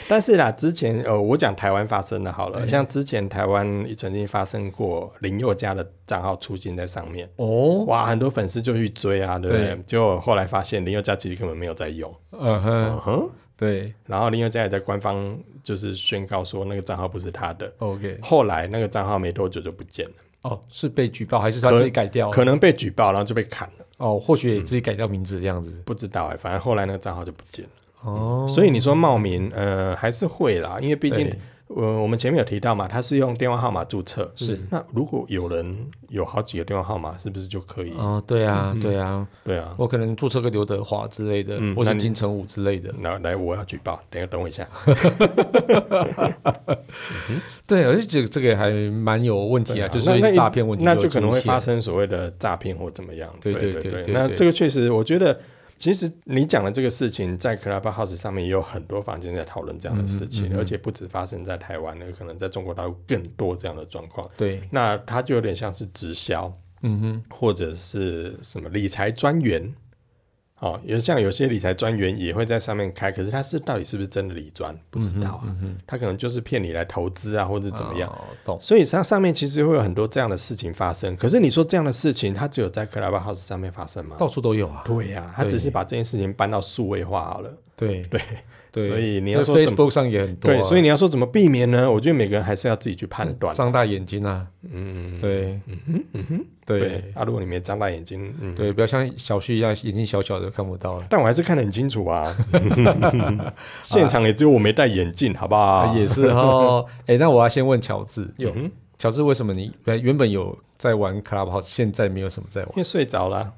Speaker 1: 但是啦，之前呃，我讲台湾发生的
Speaker 2: 嗯
Speaker 1: 好了，像之前台湾曾经发生过林宥嘉的账号出现在上面。
Speaker 2: 哦，
Speaker 1: 哇，很多粉丝就去追啊，对不对
Speaker 2: 对？
Speaker 1: 结果后来发现林宥嘉其实根本没有在用，
Speaker 2: 嗯哼，
Speaker 1: 哼。
Speaker 2: 对
Speaker 1: 然后林宥嘉也在官方就是宣告说那个账号不是他的。
Speaker 2: ，OK，
Speaker 1: 后来那个账号没多久就不见了，
Speaker 2: 哦，是被举报还是他自己改掉？
Speaker 1: 可能被举报，然后就被砍了，
Speaker 2: 哦，或
Speaker 1: 嗯
Speaker 2: 许也自己改掉名字这样子。
Speaker 1: 不知道哎、反正后来那个账号就不见了。
Speaker 2: 哦，
Speaker 1: 所以你说冒名，呃，还是会啦，因为毕竟
Speaker 2: 对
Speaker 1: 呃，我们前面有提到嘛，它是用电话号码注册，
Speaker 2: 是
Speaker 1: 那如果有人有好几个电话号码，是不是就可以？
Speaker 2: 哦，对啊，对啊，
Speaker 1: 对啊，
Speaker 2: 我可能注册个刘德华之类的，
Speaker 1: 嗯
Speaker 2: 或
Speaker 1: 那
Speaker 2: 是
Speaker 1: 你嗯
Speaker 2: 金城武之类的。
Speaker 1: 来来，我要举报，等一下等我一下。
Speaker 2: 对，而且这个这个还蛮有问题
Speaker 1: 对
Speaker 2: 啊，
Speaker 1: 啊
Speaker 2: 就是
Speaker 1: 那
Speaker 2: 说
Speaker 1: 那一
Speaker 2: 诈骗问题
Speaker 1: 那
Speaker 2: 有
Speaker 1: 就可能会
Speaker 2: 出现
Speaker 1: 发生所谓的诈骗或怎么样。
Speaker 2: 对
Speaker 1: 对
Speaker 2: 对对
Speaker 1: 对
Speaker 2: 对
Speaker 1: 那
Speaker 2: 对
Speaker 1: 这个确实，我觉得其实你讲的这个事情，在 Clubhouse 上面也有很多房间在讨论这样的事
Speaker 2: 嗯
Speaker 1: 情，而且不止发生在台湾，那可能在中国大陆更多这样的状况。
Speaker 2: 对，
Speaker 1: 那它就有点像是直销，
Speaker 2: 嗯哼，
Speaker 1: 或者是什么理财专员。哦，有像有些理财专员也会在上面开，可是他是到底是不是真的理专，不知道啊。
Speaker 2: 嗯
Speaker 1: 他可能就是骗你来投资啊，或者怎么样。
Speaker 2: 哦？懂，
Speaker 1: 所以它上面其实会有很多这样的事情发生。可是你说这样的事情，它只有在 Clubhouse 上面发生吗？
Speaker 2: 到处都有啊。
Speaker 1: 对呀、它
Speaker 2: 对
Speaker 1: 只是把这件事情搬到数位化好了。
Speaker 2: 对对对，
Speaker 1: 所以你要
Speaker 2: 所
Speaker 1: 说怎么
Speaker 2: Facebook 上也很多啊，
Speaker 1: 对，所以你要说怎么避免呢？我觉得每个人还是要自己去判断。
Speaker 2: 张大眼睛啊，
Speaker 1: 嗯，
Speaker 2: 对，嗯哼，对
Speaker 1: 啊，如果你没张大眼睛，嗯，
Speaker 2: 对，不要像小旭一样眼睛小小的看不到了。啊
Speaker 1: 但我还是看得很清楚啊。 现场也只有我没戴眼镜，好不好？
Speaker 2: 也是哦。哎、那我要先问乔治，
Speaker 3: 有
Speaker 2: 乔治为什么你呃原本有在玩 Clubhouse，现在没有什么在玩
Speaker 1: 因？为睡着了。啊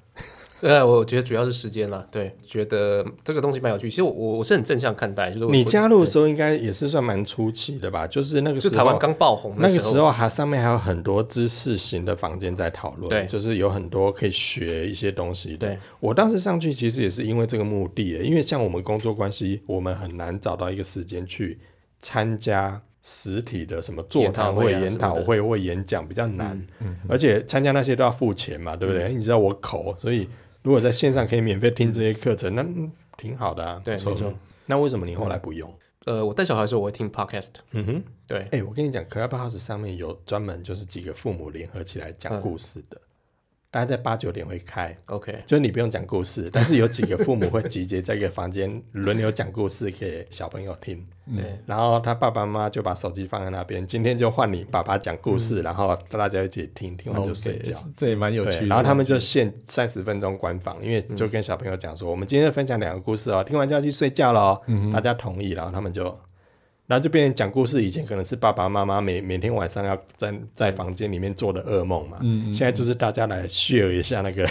Speaker 3: 呃，我觉得主要是时间啦，对，觉得这个东西蛮有趣。其实我我我是很正向看待，就是我
Speaker 1: 你加入的时候应该也是算蛮初期的吧？就是那个时
Speaker 3: 就
Speaker 1: 候
Speaker 3: 台湾刚爆红
Speaker 1: 那个
Speaker 3: 时
Speaker 1: 时候还上面还有很多知识型的房间在讨论，
Speaker 3: 对
Speaker 1: 就是有很多可以学一些东西的。
Speaker 3: 对，
Speaker 1: 我当时上去其实也是因为这个目的耶，因为像我们工作关系，我们很难找到一个时间去参加实体的什么座谈会、
Speaker 3: 研
Speaker 1: 研讨
Speaker 3: 讨会啊
Speaker 1: 会或演讲比较难，
Speaker 3: 嗯
Speaker 1: 而且参加那些都要付钱嘛，对不对？你知道我口，所以如果在线上可以免费听这些课程，那嗯挺好的啊。
Speaker 3: 对，没错。
Speaker 1: 那为什么你后来不用？
Speaker 3: 呃，我带小孩的时候我会听 podcast，
Speaker 1: 嗯哼。
Speaker 3: 对，
Speaker 1: 哎、我跟你讲，Clubhouse 上面有专门就是几个父母联合起来讲故事的，大概在八九点会开。
Speaker 3: OK，
Speaker 1: 就是你不用讲故事，但是有几个父母会集结在一个房间，轮流讲故事给小朋友听。
Speaker 3: 对，
Speaker 1: 然后他爸爸妈妈就把手机放在那边，今天就换你爸爸讲故事，然后大家一起听，听完就睡觉。
Speaker 2: OK，这也蛮有趣的
Speaker 1: 对，。然后他们就限三十分钟关房，因为就跟小朋友讲说，我们今天分享两个故事哦，听完就要去睡觉喽。大家同意，然后他们就，然后就变成讲故事。以前可能是爸爸妈妈每每天晚上要在在房间里面做的噩梦嘛，现在就是大家来 share 一下那个，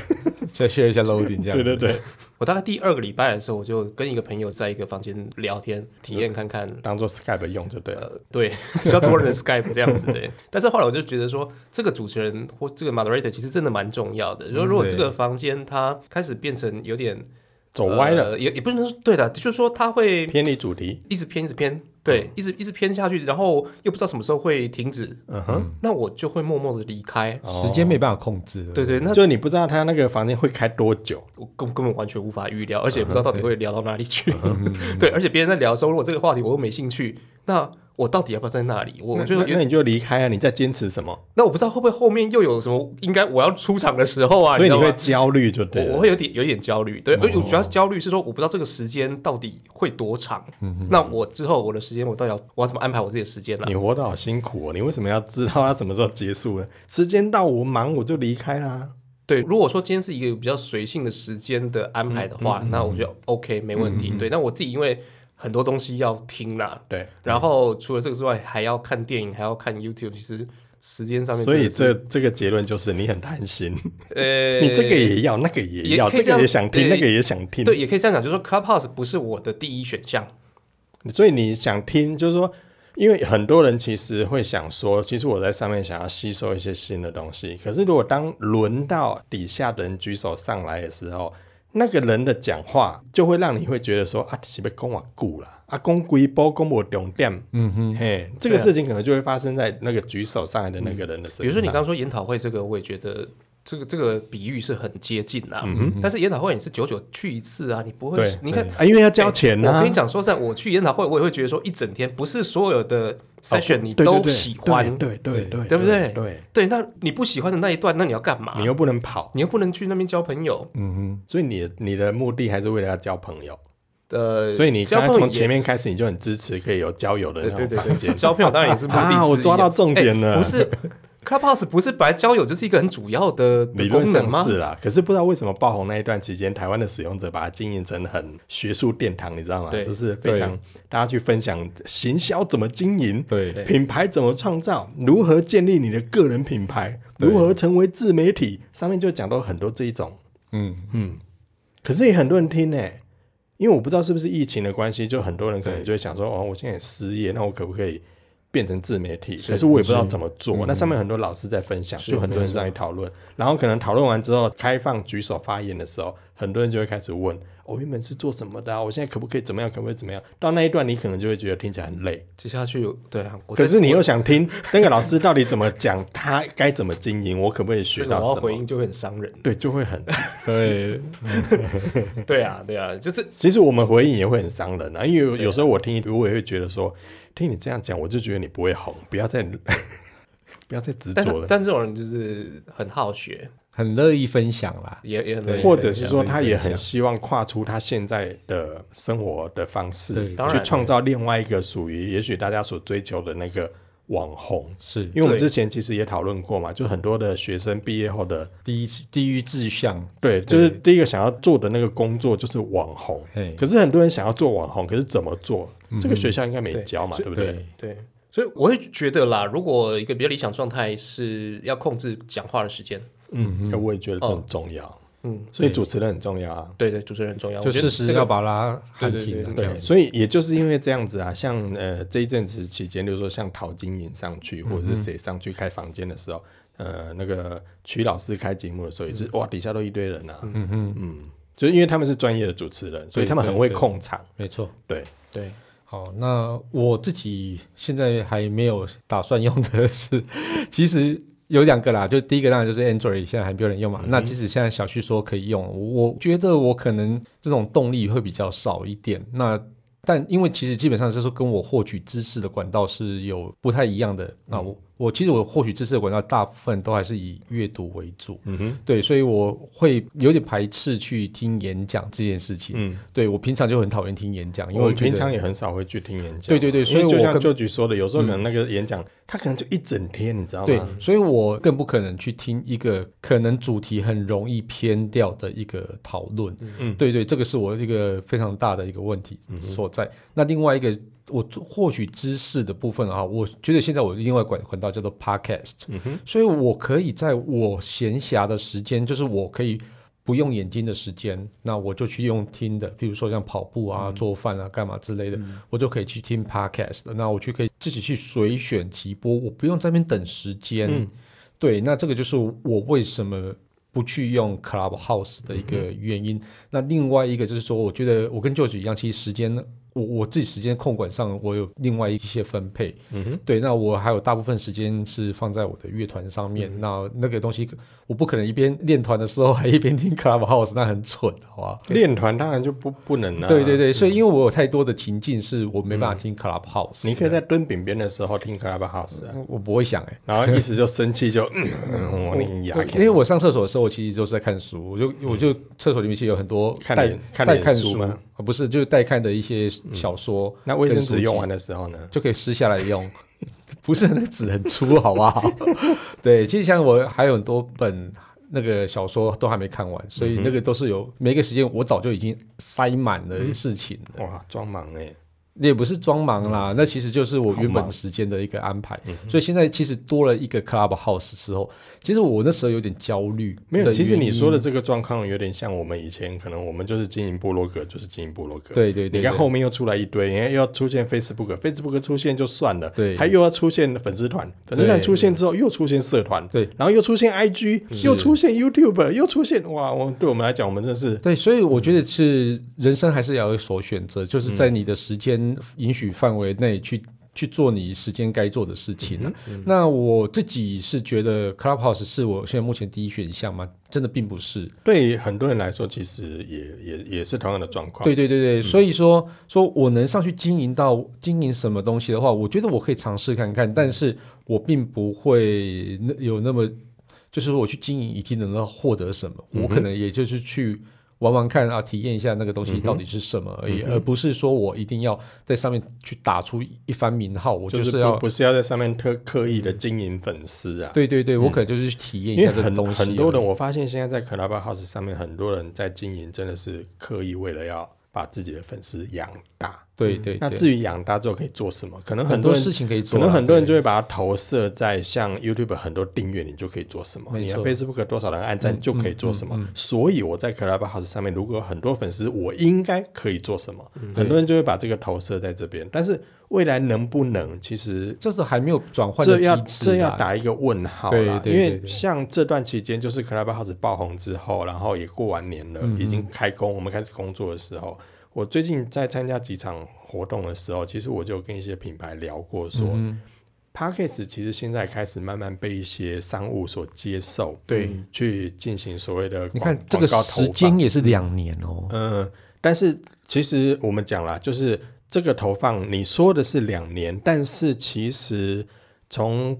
Speaker 2: 再 share 一下 loading 这样。
Speaker 1: 对对对，
Speaker 3: 我大概第二个礼拜的时候，我就跟一个朋友在一个房间聊天，体验看看
Speaker 1: 当做 Skype 用就对了。
Speaker 3: 呃， 对，比较多人的 Skype 这样子对。 但是后来我就觉得说，这个主持人或这个 moderator 其实真的蛮重要的。
Speaker 1: 嗯
Speaker 3: 如果如果
Speaker 2: 对
Speaker 3: 这个房间它开始变成有点
Speaker 1: 走歪了，
Speaker 3: 呃也也不能说对的，就是说它会
Speaker 1: 偏离主题。
Speaker 3: 一直偏，一直偏，对，一直一直偏下去，然后又不知道什么时候会停止，
Speaker 1: 嗯哼，哦
Speaker 3: 那我就会默默的离开。
Speaker 2: 时间没办法控制。
Speaker 3: 对，对，那
Speaker 1: 就你不知道他那个房间会开多久，
Speaker 3: 我根根本完全无法预
Speaker 1: 嗯
Speaker 3: 料，而且不知道到底会聊到哪里去。 对，而且别人在聊的时候，如果这个话题我又没兴趣，那我到底要不要在那里？我我就
Speaker 1: 那
Speaker 3: 有
Speaker 1: 那你就离开啊！你在坚持什么？
Speaker 3: 那我不知道会不会后面又有什么应该我要出场的时候啊？
Speaker 1: 所以
Speaker 3: 你
Speaker 1: 你
Speaker 3: 知道
Speaker 1: 会
Speaker 3: 吗
Speaker 1: 焦虑，就对哦
Speaker 3: 我
Speaker 1: 了。
Speaker 3: 我会有点有一点焦虑，对，而且我主要焦虑是说我不知道这个时间到底会多长，那我之后我的时间我到底要我要怎么安排我自己的时间呢、
Speaker 1: 嗯
Speaker 3: 啊
Speaker 1: 你活得好辛苦哦！你为什么要知道它什么时候结束呢？时间到，我忙我就离开啦。
Speaker 3: 对，如果说今天是一个比较随性的时间的安排的
Speaker 1: 嗯
Speaker 3: 话，那我觉得 OK 没问题。对，那我自己因为很多东西要听啦，
Speaker 1: 对，
Speaker 3: 然后除了这个之外，还要看电影，还要看 YouTube，其实时间上面
Speaker 1: 所以
Speaker 3: 真的
Speaker 1: 这这个结论就是你很贪心，
Speaker 3: 是呃，
Speaker 1: 你这个也要，那个也要，
Speaker 3: 也可
Speaker 1: 这
Speaker 3: 以这样
Speaker 1: 个也想听，
Speaker 3: 对
Speaker 1: 那个也想听。
Speaker 3: 对，也可以这样讲，就是说 Clubhouse 不是我的第一选项，
Speaker 1: 所以你想听，就是说，因为很多人其实会想说，其实我在上面想要吸收一些新的东西，可是如果当轮到底下的人举手上来的时候，那个人的讲话就会让你会觉得说啊，是不是公我顾啦，啊，公规波公我重点，嗯哼，嘿，这个
Speaker 3: 对啊
Speaker 1: 事情可能就会发生在那个举手上来的那个人的身上。
Speaker 3: 比如说你刚刚说研讨会这个，我也觉得这个这个比喻是很接近啦。但是研讨会你是久久去一次啊，你不
Speaker 1: 嗯
Speaker 3: 会
Speaker 1: 对，，
Speaker 3: 你看
Speaker 1: 对啊，因为要交钱
Speaker 3: 我
Speaker 1: 啊
Speaker 3: 跟你，讲，说实在，我去研讨会，我也会觉得说，一整天不是所有的 session 你
Speaker 1: 哦对对
Speaker 3: 都
Speaker 1: 对
Speaker 3: 喜欢，
Speaker 1: 对对对，
Speaker 3: 对不对
Speaker 1: 对，
Speaker 3: 对，那你不喜欢的那一段，那你要干嘛
Speaker 1: 你？又不嗯能跑，
Speaker 3: 你又不能去那边交朋友，
Speaker 1: 所以你的你的目的还是为了要交朋友。
Speaker 3: 呃，
Speaker 1: 所以你
Speaker 3: 交
Speaker 1: 刚
Speaker 3: 朋
Speaker 1: 才
Speaker 3: 友
Speaker 1: 从
Speaker 3: 也
Speaker 1: 前面开始，你就很支持可以有交友的
Speaker 3: 对
Speaker 1: 那
Speaker 3: 对
Speaker 1: 种
Speaker 3: 对
Speaker 1: 房间
Speaker 3: 对，。交朋友当然也是目的之一
Speaker 1: 啊，我抓到重点了
Speaker 3: 哎不是 Clubhouse 不是本来交友就是一个很主要的的
Speaker 1: 理论
Speaker 3: 功
Speaker 1: 上
Speaker 3: 能吗？
Speaker 1: 是啦，可是不知道为什么爆红那一段期间，台湾的使用者把它经营成很学术殿堂，你知道吗？
Speaker 3: 对
Speaker 1: 就是非常大家去分享行销怎么经营，
Speaker 2: 对，
Speaker 1: 品牌怎么创造，如何建立你的个人品牌，如何成为自媒体，上面就讲到很多这一种。
Speaker 2: 嗯，
Speaker 1: 可是也很多人听呢、欸因为我不知道是不是疫情的关系，就很多人可能就会想说，哦，我现在也失业，那我可不可以变成自媒体？可是我也不知道怎么做。那上面很多老师在分享，就很多人在讨论，然后可能讨论完之后，开放举手发言的时候，很多人就会开始问，我、原本是做什么的、啊？我现在可不可以怎么样？可不可以怎么样？到那一段，你可能就会觉得听起来很累。
Speaker 3: 接下去对啊，我
Speaker 1: 可
Speaker 3: 在
Speaker 1: 是你又想听那个老师到底怎么讲，他该怎么经营，我可不可以学
Speaker 3: 这个
Speaker 1: 到
Speaker 3: 我要
Speaker 1: 什
Speaker 3: 回
Speaker 1: 么？
Speaker 3: 应就会很伤人。
Speaker 1: 对，就会很
Speaker 2: 对，
Speaker 3: 对啊，对啊，就是
Speaker 1: 其实我们回应也会很伤人啊，因为有有时候我听，我也会觉得说，听你这样讲，我就觉得你不会红，不要再不要再执
Speaker 3: 但
Speaker 1: 着了，
Speaker 3: 但这种人就是很好学，
Speaker 2: 很乐意分享啦。
Speaker 3: 也也很乐意
Speaker 1: 或者是说
Speaker 2: 对
Speaker 1: 他也很希望跨出他现在的生活的方式
Speaker 2: 对，
Speaker 3: 当然
Speaker 1: 去创造另外一个属于也许大家所追求的那个网红。
Speaker 2: 是
Speaker 1: 因为我们
Speaker 3: 对
Speaker 1: 之前其实也讨论过嘛，就很多的学生毕业后的，
Speaker 2: 第一第一志向，
Speaker 1: 对，就是第一个想要做的那个工作就是网红
Speaker 2: 嘿。
Speaker 1: 可是很多人想要做网红，可是怎么做？这个学校应该没
Speaker 3: 对
Speaker 1: 教嗯嘛，对不对？
Speaker 2: 对，
Speaker 3: 对，所以我会觉得啦，如果一个比较理想状态是要控制讲话的时间，
Speaker 1: 嗯，我也觉得这很重要。
Speaker 3: 嗯，
Speaker 1: 所以主持人很重要啊。
Speaker 3: 对对，主持人很重要，
Speaker 2: 就
Speaker 3: 我觉得
Speaker 2: 适时
Speaker 3: 那个
Speaker 2: 要把它喊
Speaker 3: 对
Speaker 2: 停
Speaker 3: 对
Speaker 2: 了
Speaker 3: 对
Speaker 2: 这样
Speaker 1: 对，
Speaker 2: 子。
Speaker 1: 所以也就是因为这样子啊，像呃这一阵子期间，比如说像陶晶莹上去，或者是谁上去开房间的时候，呃，那个曲老师开节目的时候，也是、哇，底下都一堆人啊，嗯嗯嗯，就是因为他们是专业的主持人，所以他们很会控场，
Speaker 2: 没错。
Speaker 1: 对，
Speaker 3: 对，
Speaker 2: 好，那我自己现在还没有打算用的是，其实有两个啦，就第一个当然就是 Android，现在还没有人用嘛。
Speaker 1: 嗯
Speaker 2: 那即使现在小旭说可以用，我我觉得我可能这种动力会比较少一点。那但因为其实基本上就是跟我获取知识的管道是有不太一样的。
Speaker 1: 嗯
Speaker 2: 那我我其实我获取知识的管道大部分都还是以阅读为主，
Speaker 1: 嗯哼，
Speaker 2: 对，所以我会有点排斥去听演讲这件事情。
Speaker 1: 嗯，
Speaker 2: 对我平常就很讨厌听演讲，因
Speaker 1: 因
Speaker 2: 为
Speaker 1: 为我
Speaker 2: 我觉
Speaker 1: 平
Speaker 2: 得
Speaker 1: 常也很少会去听演讲，啊
Speaker 2: 对对对
Speaker 1: 因为
Speaker 2: 所以
Speaker 1: 就
Speaker 2: 我
Speaker 1: 像
Speaker 2: 跟
Speaker 1: 旧局说的，有时候可能那个演讲，他可能就一整天，你知道
Speaker 2: 对
Speaker 1: 吗？，
Speaker 2: 所以我更不可能去听一个可能主题很容易偏掉的一个讨论。
Speaker 1: 嗯
Speaker 2: 对对，这个是我一个非常大的一个问题所在。那另外一个，我获取知识的部分啊，我觉得现在我另外管管道叫做 podcast，、所以
Speaker 1: 嗯
Speaker 2: 我可以在我闲暇的时间，就是我可以。不用眼睛的时间，那我就去用听的，比如说像跑步
Speaker 1: 嗯
Speaker 2: 啊、做饭啊、干嘛之类的，我就可以去听 podcast 的。那我去可以自己去随选即播，我不用在那边等时间。对，那这个就是我为什么不去用 Clubhouse 的一个原因。那另外一个就是说，我觉得我跟 George 一样，其实时间我我自己时间控管上，我有另外一些分配。嗯哼，对，那我还有大部分时间是放在我的乐团上面。那那个东西，我不可能一边练团的时候还一边听 Clubhouse，那很蠢，好吧？
Speaker 1: 练团当然就不不能啊，嗯
Speaker 2: 对对对，所以因为我有太多的情境是我没办法听 Clubhouse，、
Speaker 1: 你可以在蹲饼边的时候听 Clubhouse 啊，
Speaker 2: 我不会想哎、
Speaker 1: 然后一时就生气 就，嗯，嗯我你牙
Speaker 2: 对因为我上厕所的时候，我其实就是在看书，我就我就厕所里面其实有很多
Speaker 1: 看
Speaker 2: 待
Speaker 1: 脸看
Speaker 2: 待
Speaker 1: 脸
Speaker 2: 看
Speaker 1: 书
Speaker 2: 书
Speaker 1: 吗嗯
Speaker 2: 啊，不是，就是待看的一些小说。
Speaker 1: 那卫生纸用
Speaker 2: 完
Speaker 1: 完的时候呢？
Speaker 2: 就可以撕下来用， 不是那个纸很粗，好 不好？对，其实像我还有很多本那个小说都还没看完，
Speaker 1: 嗯
Speaker 2: 所以那个都是有每个时间我早就已经塞满
Speaker 1: 嗯
Speaker 2: 了事情了
Speaker 1: 哇，装忙哎，
Speaker 2: 也不是装忙啦，那其实就是我
Speaker 1: 嗯好
Speaker 2: 原本
Speaker 1: 忙嗯
Speaker 2: 时间的一个安排，所以现在其实多了一个 Clubhouse 之后，其实我那时候有点焦虑的原因。
Speaker 1: 没有。其实你说的这个状况有点像我们以前，可能我们就是经营部落格，就是经营部落格。
Speaker 2: 对对对
Speaker 1: 你看后面又出来一堆，因为又要出现 Facebook，Facebook 出现就算了，
Speaker 2: 对
Speaker 1: 还又要出现粉丝团，粉丝团
Speaker 2: 对
Speaker 1: 出现之后又出现社团，
Speaker 2: 对，
Speaker 1: 然后又出现 IG，又出现 YouTube，又出现哇，我对我们来讲，我们真是
Speaker 2: 对，所以我觉得是人生还是要有所选择，就是在你的时间允许范围内去。去做你时间该做的事情、啊
Speaker 1: 嗯
Speaker 2: 那我自己是觉得 Clubhouse 是我现在目前第一选项吗？真的并不是。
Speaker 1: 对很多人来说，其实也也也是同样的状况。
Speaker 2: 对对对
Speaker 1: 嗯
Speaker 2: 对，所以说说我能上去经营到经营什么东西的话，我觉得我可以尝试看看，但是我并不会
Speaker 1: 嗯
Speaker 2: 那有那么，就是我去经营一定能够获得什么，我可能也就是去玩玩看啊，体验一下那个东
Speaker 1: 嗯
Speaker 2: 西到底是什么而已，而不是说我一定要在上面去打出一番名号，我
Speaker 1: 就是不
Speaker 2: 要。
Speaker 1: 不是要在上面特刻意的经营粉丝啊。
Speaker 2: 对对对，我可能就是去体验
Speaker 1: 因
Speaker 2: 一
Speaker 1: 为
Speaker 2: 下这个
Speaker 1: 很
Speaker 2: 东西而已。啊
Speaker 1: 很多人，我发现现在在 Clubhouse 上面，很多人在经营，真的是刻意为了要把自己的粉丝养大。
Speaker 2: 对对
Speaker 1: 那
Speaker 2: 对，
Speaker 1: 至于养大之后可以做什么，可能
Speaker 2: 很
Speaker 1: 多
Speaker 2: 多
Speaker 1: 人
Speaker 2: 事情可以
Speaker 1: 可
Speaker 2: 做啊啦，
Speaker 1: 能很多人
Speaker 2: 对
Speaker 1: 就会把它投射在像 YouTube 很多订阅，你就可以做什么，
Speaker 2: 没
Speaker 1: 你的
Speaker 2: 错嗯
Speaker 1: Facebook 多少人按赞就可以做什么。所以我在 Clubhouse 上面如果有很多粉丝，我应该可以做什么。
Speaker 2: 嗯
Speaker 1: 很多人就会把这个投射在这边，但是未来能不能，其实
Speaker 2: 这是还没有转换的
Speaker 1: 这
Speaker 2: 机制
Speaker 1: 要这
Speaker 2: 啊啦，
Speaker 1: 要打一个问号
Speaker 2: 对
Speaker 1: 啦，
Speaker 2: 对
Speaker 1: 因
Speaker 2: 对
Speaker 1: 为
Speaker 2: 对
Speaker 1: 像这段期间就是 Clubhouse 爆红之后，然后也过完年
Speaker 2: 嗯
Speaker 1: 了，已经开工，我们开始工作的时候，我最近在参加几场活动的时候，其实我就跟一些品牌聊过说。p
Speaker 2: 嗯
Speaker 1: a c k a g e 其实现在开始慢慢被一些商务所接受，
Speaker 2: 对
Speaker 1: 嗯，去进行所谓的
Speaker 2: 你
Speaker 1: 广
Speaker 2: 看这个
Speaker 1: 广告投
Speaker 2: 时
Speaker 1: 放
Speaker 2: 间也是两年哦，
Speaker 1: 嗯，但是其实我们讲啦，就是这个投放，你说的是两年，但是其实从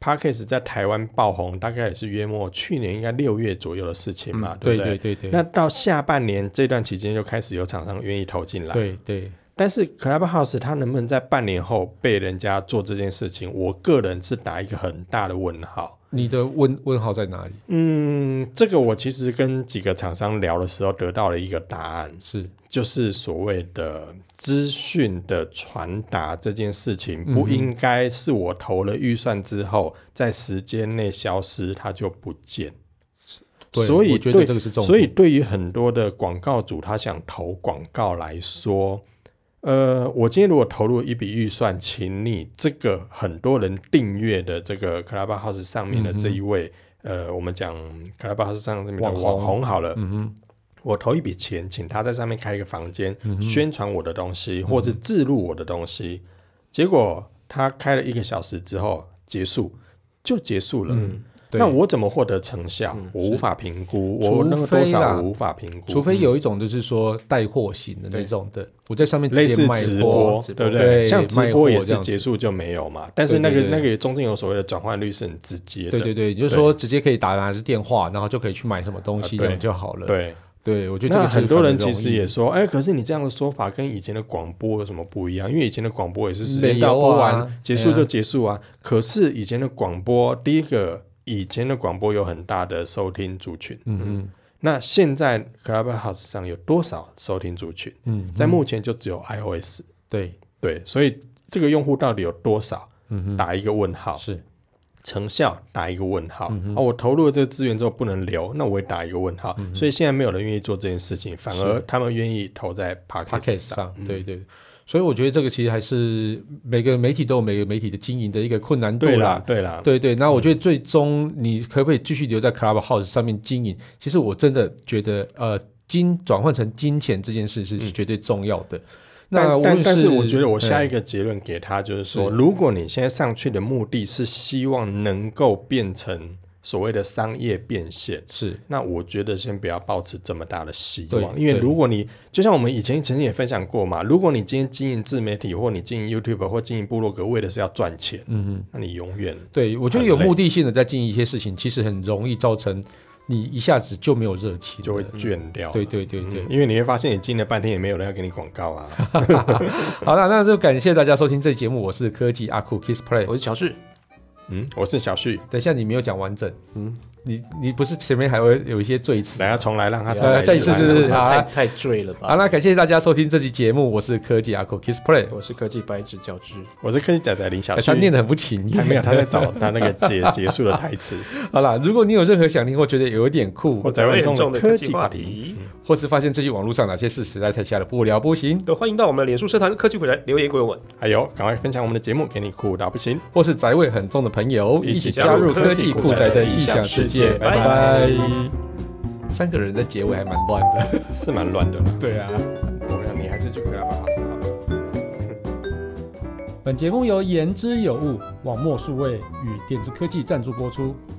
Speaker 1: p a c k a g e 在台湾爆红，大概也是约莫去年应该六月左右的事情嘛，
Speaker 2: 嗯对
Speaker 1: 不
Speaker 2: 对对对，
Speaker 1: 那到下半年这段期间就开始有厂商愿意投进来，
Speaker 2: 对对
Speaker 1: 但是 Clubhouse 它能不能在半年后被人家做这件事情，我个人是打一个很大的问号。
Speaker 2: 你的问问号在哪里？
Speaker 1: 嗯，这个我其实跟几个厂商聊的时候得到了一个答案，
Speaker 2: 是
Speaker 1: 就是所谓的资讯的传达这件事情，
Speaker 2: 嗯
Speaker 1: 不应该是我投了预算之后，在时间内消失，它就不见。
Speaker 2: 对
Speaker 1: 所以
Speaker 2: 我觉得
Speaker 1: 对
Speaker 2: 这个是重点
Speaker 1: 所以对于很多的广告主，他想投广告来说，呃，我今天如果投入一笔预算，请你这个很多人订阅的这个 Clubhouse 上面的这一位，呃，我们讲 Clubhouse 上面的
Speaker 2: 网红
Speaker 1: 网红好了，嗯我投一笔钱，请他在上面开一个房间，
Speaker 2: 嗯
Speaker 1: 宣传我的东西，或是置入我的东西。结果他开了一个小时之后结束，就结束
Speaker 2: 嗯
Speaker 1: 了。
Speaker 2: 对嗯
Speaker 1: 那我怎么获得成效？我无法评估，
Speaker 2: 除
Speaker 1: 我那个多
Speaker 2: 非啦
Speaker 1: 少我无法评估，
Speaker 2: 除非有一种就是说带货型的那种的，我在上面
Speaker 1: 类
Speaker 2: 直接
Speaker 1: 似
Speaker 2: 卖
Speaker 1: 直
Speaker 2: 货
Speaker 1: 播，
Speaker 3: 直播
Speaker 1: 对不对？
Speaker 2: 对
Speaker 1: 像直播也
Speaker 2: 卖
Speaker 1: 是
Speaker 2: 货这样子
Speaker 1: 结束就没有嘛，但是那个
Speaker 2: 对对对
Speaker 1: 那个中间有所谓的转换率是很直接的，
Speaker 2: 对对对，你就说直接可以打哪支电话，然后就可以去买什么东西，
Speaker 1: 啊
Speaker 2: 这
Speaker 1: 对
Speaker 2: 样就好了。
Speaker 1: 对
Speaker 2: 对，我觉得这
Speaker 1: 那
Speaker 2: 个是
Speaker 1: 很多人
Speaker 2: 反而
Speaker 1: 其
Speaker 2: 容
Speaker 1: 实
Speaker 2: 易
Speaker 1: 也说，哎，可是你这样的说法跟以前的广播有什么不一样？因为以前的广播也是时间到
Speaker 2: 没有啊
Speaker 1: 播完结束
Speaker 2: 对啊
Speaker 1: 就结束啊。可是以前的广播，第一个以前的广播有很大的收听族群，
Speaker 2: 嗯嗯
Speaker 1: 那现在 Clubhouse 上有多少收听族群？
Speaker 2: 嗯，
Speaker 1: 在目前就只有 iOS，
Speaker 2: 对，
Speaker 1: 对，所以这个用户到底有多少？打一个问号，
Speaker 2: 是
Speaker 1: 成效打一个问号。啊，我投入了这个资源之后不能留，那我也打一个问号。所以现在没有人愿意做这件事情，反而他们愿意投在 p a c k a g
Speaker 2: podcast
Speaker 1: e 上。
Speaker 2: 上，对对。所以我觉得这个其实还是每个媒体都有每个媒体的经营的一个困难度
Speaker 1: 对
Speaker 2: 啦
Speaker 1: 啦，，对啦，
Speaker 2: 对对，那我觉得最终你可不可以继续留在 Clubhouse 上面经营？其实我真的觉得，呃，金转换成金钱这件事是绝对重要的。那
Speaker 1: 嗯但
Speaker 2: 无
Speaker 1: 但
Speaker 2: 论
Speaker 1: 但是，我觉得我下
Speaker 2: 嗯
Speaker 1: 一个结论给他就是说，如果你现在上去的目的是希望能够变成所谓的商业变现，
Speaker 2: 嗯是
Speaker 1: 那我觉得先不要抱持这么大的希望，
Speaker 2: 对
Speaker 1: 因为
Speaker 2: 对
Speaker 1: 如果你就像我们以前曾经也分享过嘛，如果你今天经营自媒体或你经营 YouTube 或经营部落格，为的是要赚钱，嗯嗯，那你永远
Speaker 2: 对，我觉得
Speaker 1: 很
Speaker 2: 有
Speaker 1: 累
Speaker 2: 目的性的在经营一些事情，其实很容易造成你一下子就没有热情了，
Speaker 1: 就会倦掉。
Speaker 2: 嗯对对对对
Speaker 1: 嗯，，因为你会发现你经营了半天也没有人要给你广告 啊。
Speaker 2: 好了，那就感谢大家收听这期节目，我是科技阿酷 Kiss Play。
Speaker 3: 我是乔治，
Speaker 1: 嗯，我是小旭，
Speaker 2: 等一下你没有讲完整，嗯，你你不是前面还会有一些赘词？
Speaker 1: 等下重来让啊他
Speaker 2: 呃
Speaker 1: 再
Speaker 2: 再
Speaker 1: 来
Speaker 2: 一
Speaker 1: 一
Speaker 2: 次
Speaker 1: 次，
Speaker 2: 是
Speaker 1: 来
Speaker 2: 不
Speaker 1: 来
Speaker 2: 是
Speaker 1: 来
Speaker 2: 好
Speaker 3: 太
Speaker 2: 啊
Speaker 3: 太醉了
Speaker 2: 好
Speaker 3: 吧？
Speaker 2: 啦，感谢大家收听这期节目，我是科技阿酷 Kiss Play。
Speaker 3: 我是科技白纸乔治，
Speaker 1: 我是科技仔仔林小
Speaker 2: 哎
Speaker 1: 旭
Speaker 2: 他，念的很不情
Speaker 1: 还
Speaker 2: 愿。
Speaker 1: 没有他在找他那个结结束的台词，
Speaker 2: 好啦，如果你有任何想听或觉得有一点酷
Speaker 1: 我，在问中的科技嗯话题。
Speaker 3: 题，
Speaker 2: 或是发现最近网络上哪些事实在太瞎了，不聊不行，
Speaker 3: 都欢迎到我们的脸书社团科技回来留言给我们。
Speaker 1: 还有，哎赶快分享我们的节目给你酷到不行。
Speaker 2: 或是宅味很重的朋友
Speaker 1: 一
Speaker 2: 一
Speaker 1: 起
Speaker 2: 起
Speaker 1: 加
Speaker 2: 加
Speaker 1: 入
Speaker 2: 入
Speaker 1: 科
Speaker 2: 科
Speaker 1: 技
Speaker 2: 技
Speaker 1: 酷
Speaker 2: 酷
Speaker 1: 宅
Speaker 2: 宅
Speaker 1: 的
Speaker 2: 的
Speaker 1: 异
Speaker 2: 异
Speaker 1: 想
Speaker 2: 想
Speaker 1: 世
Speaker 2: 世
Speaker 1: 界
Speaker 2: 界，
Speaker 1: 拜
Speaker 2: 拜
Speaker 1: 拜
Speaker 2: 拜。三个人在结尾还蛮乱 的，
Speaker 1: 是蛮乱的啦。
Speaker 2: 对啊。
Speaker 1: 我们你还是去克拉巴哈斯好了。
Speaker 2: 本节目由言之有物、网墨数位与点子科技赞助播出。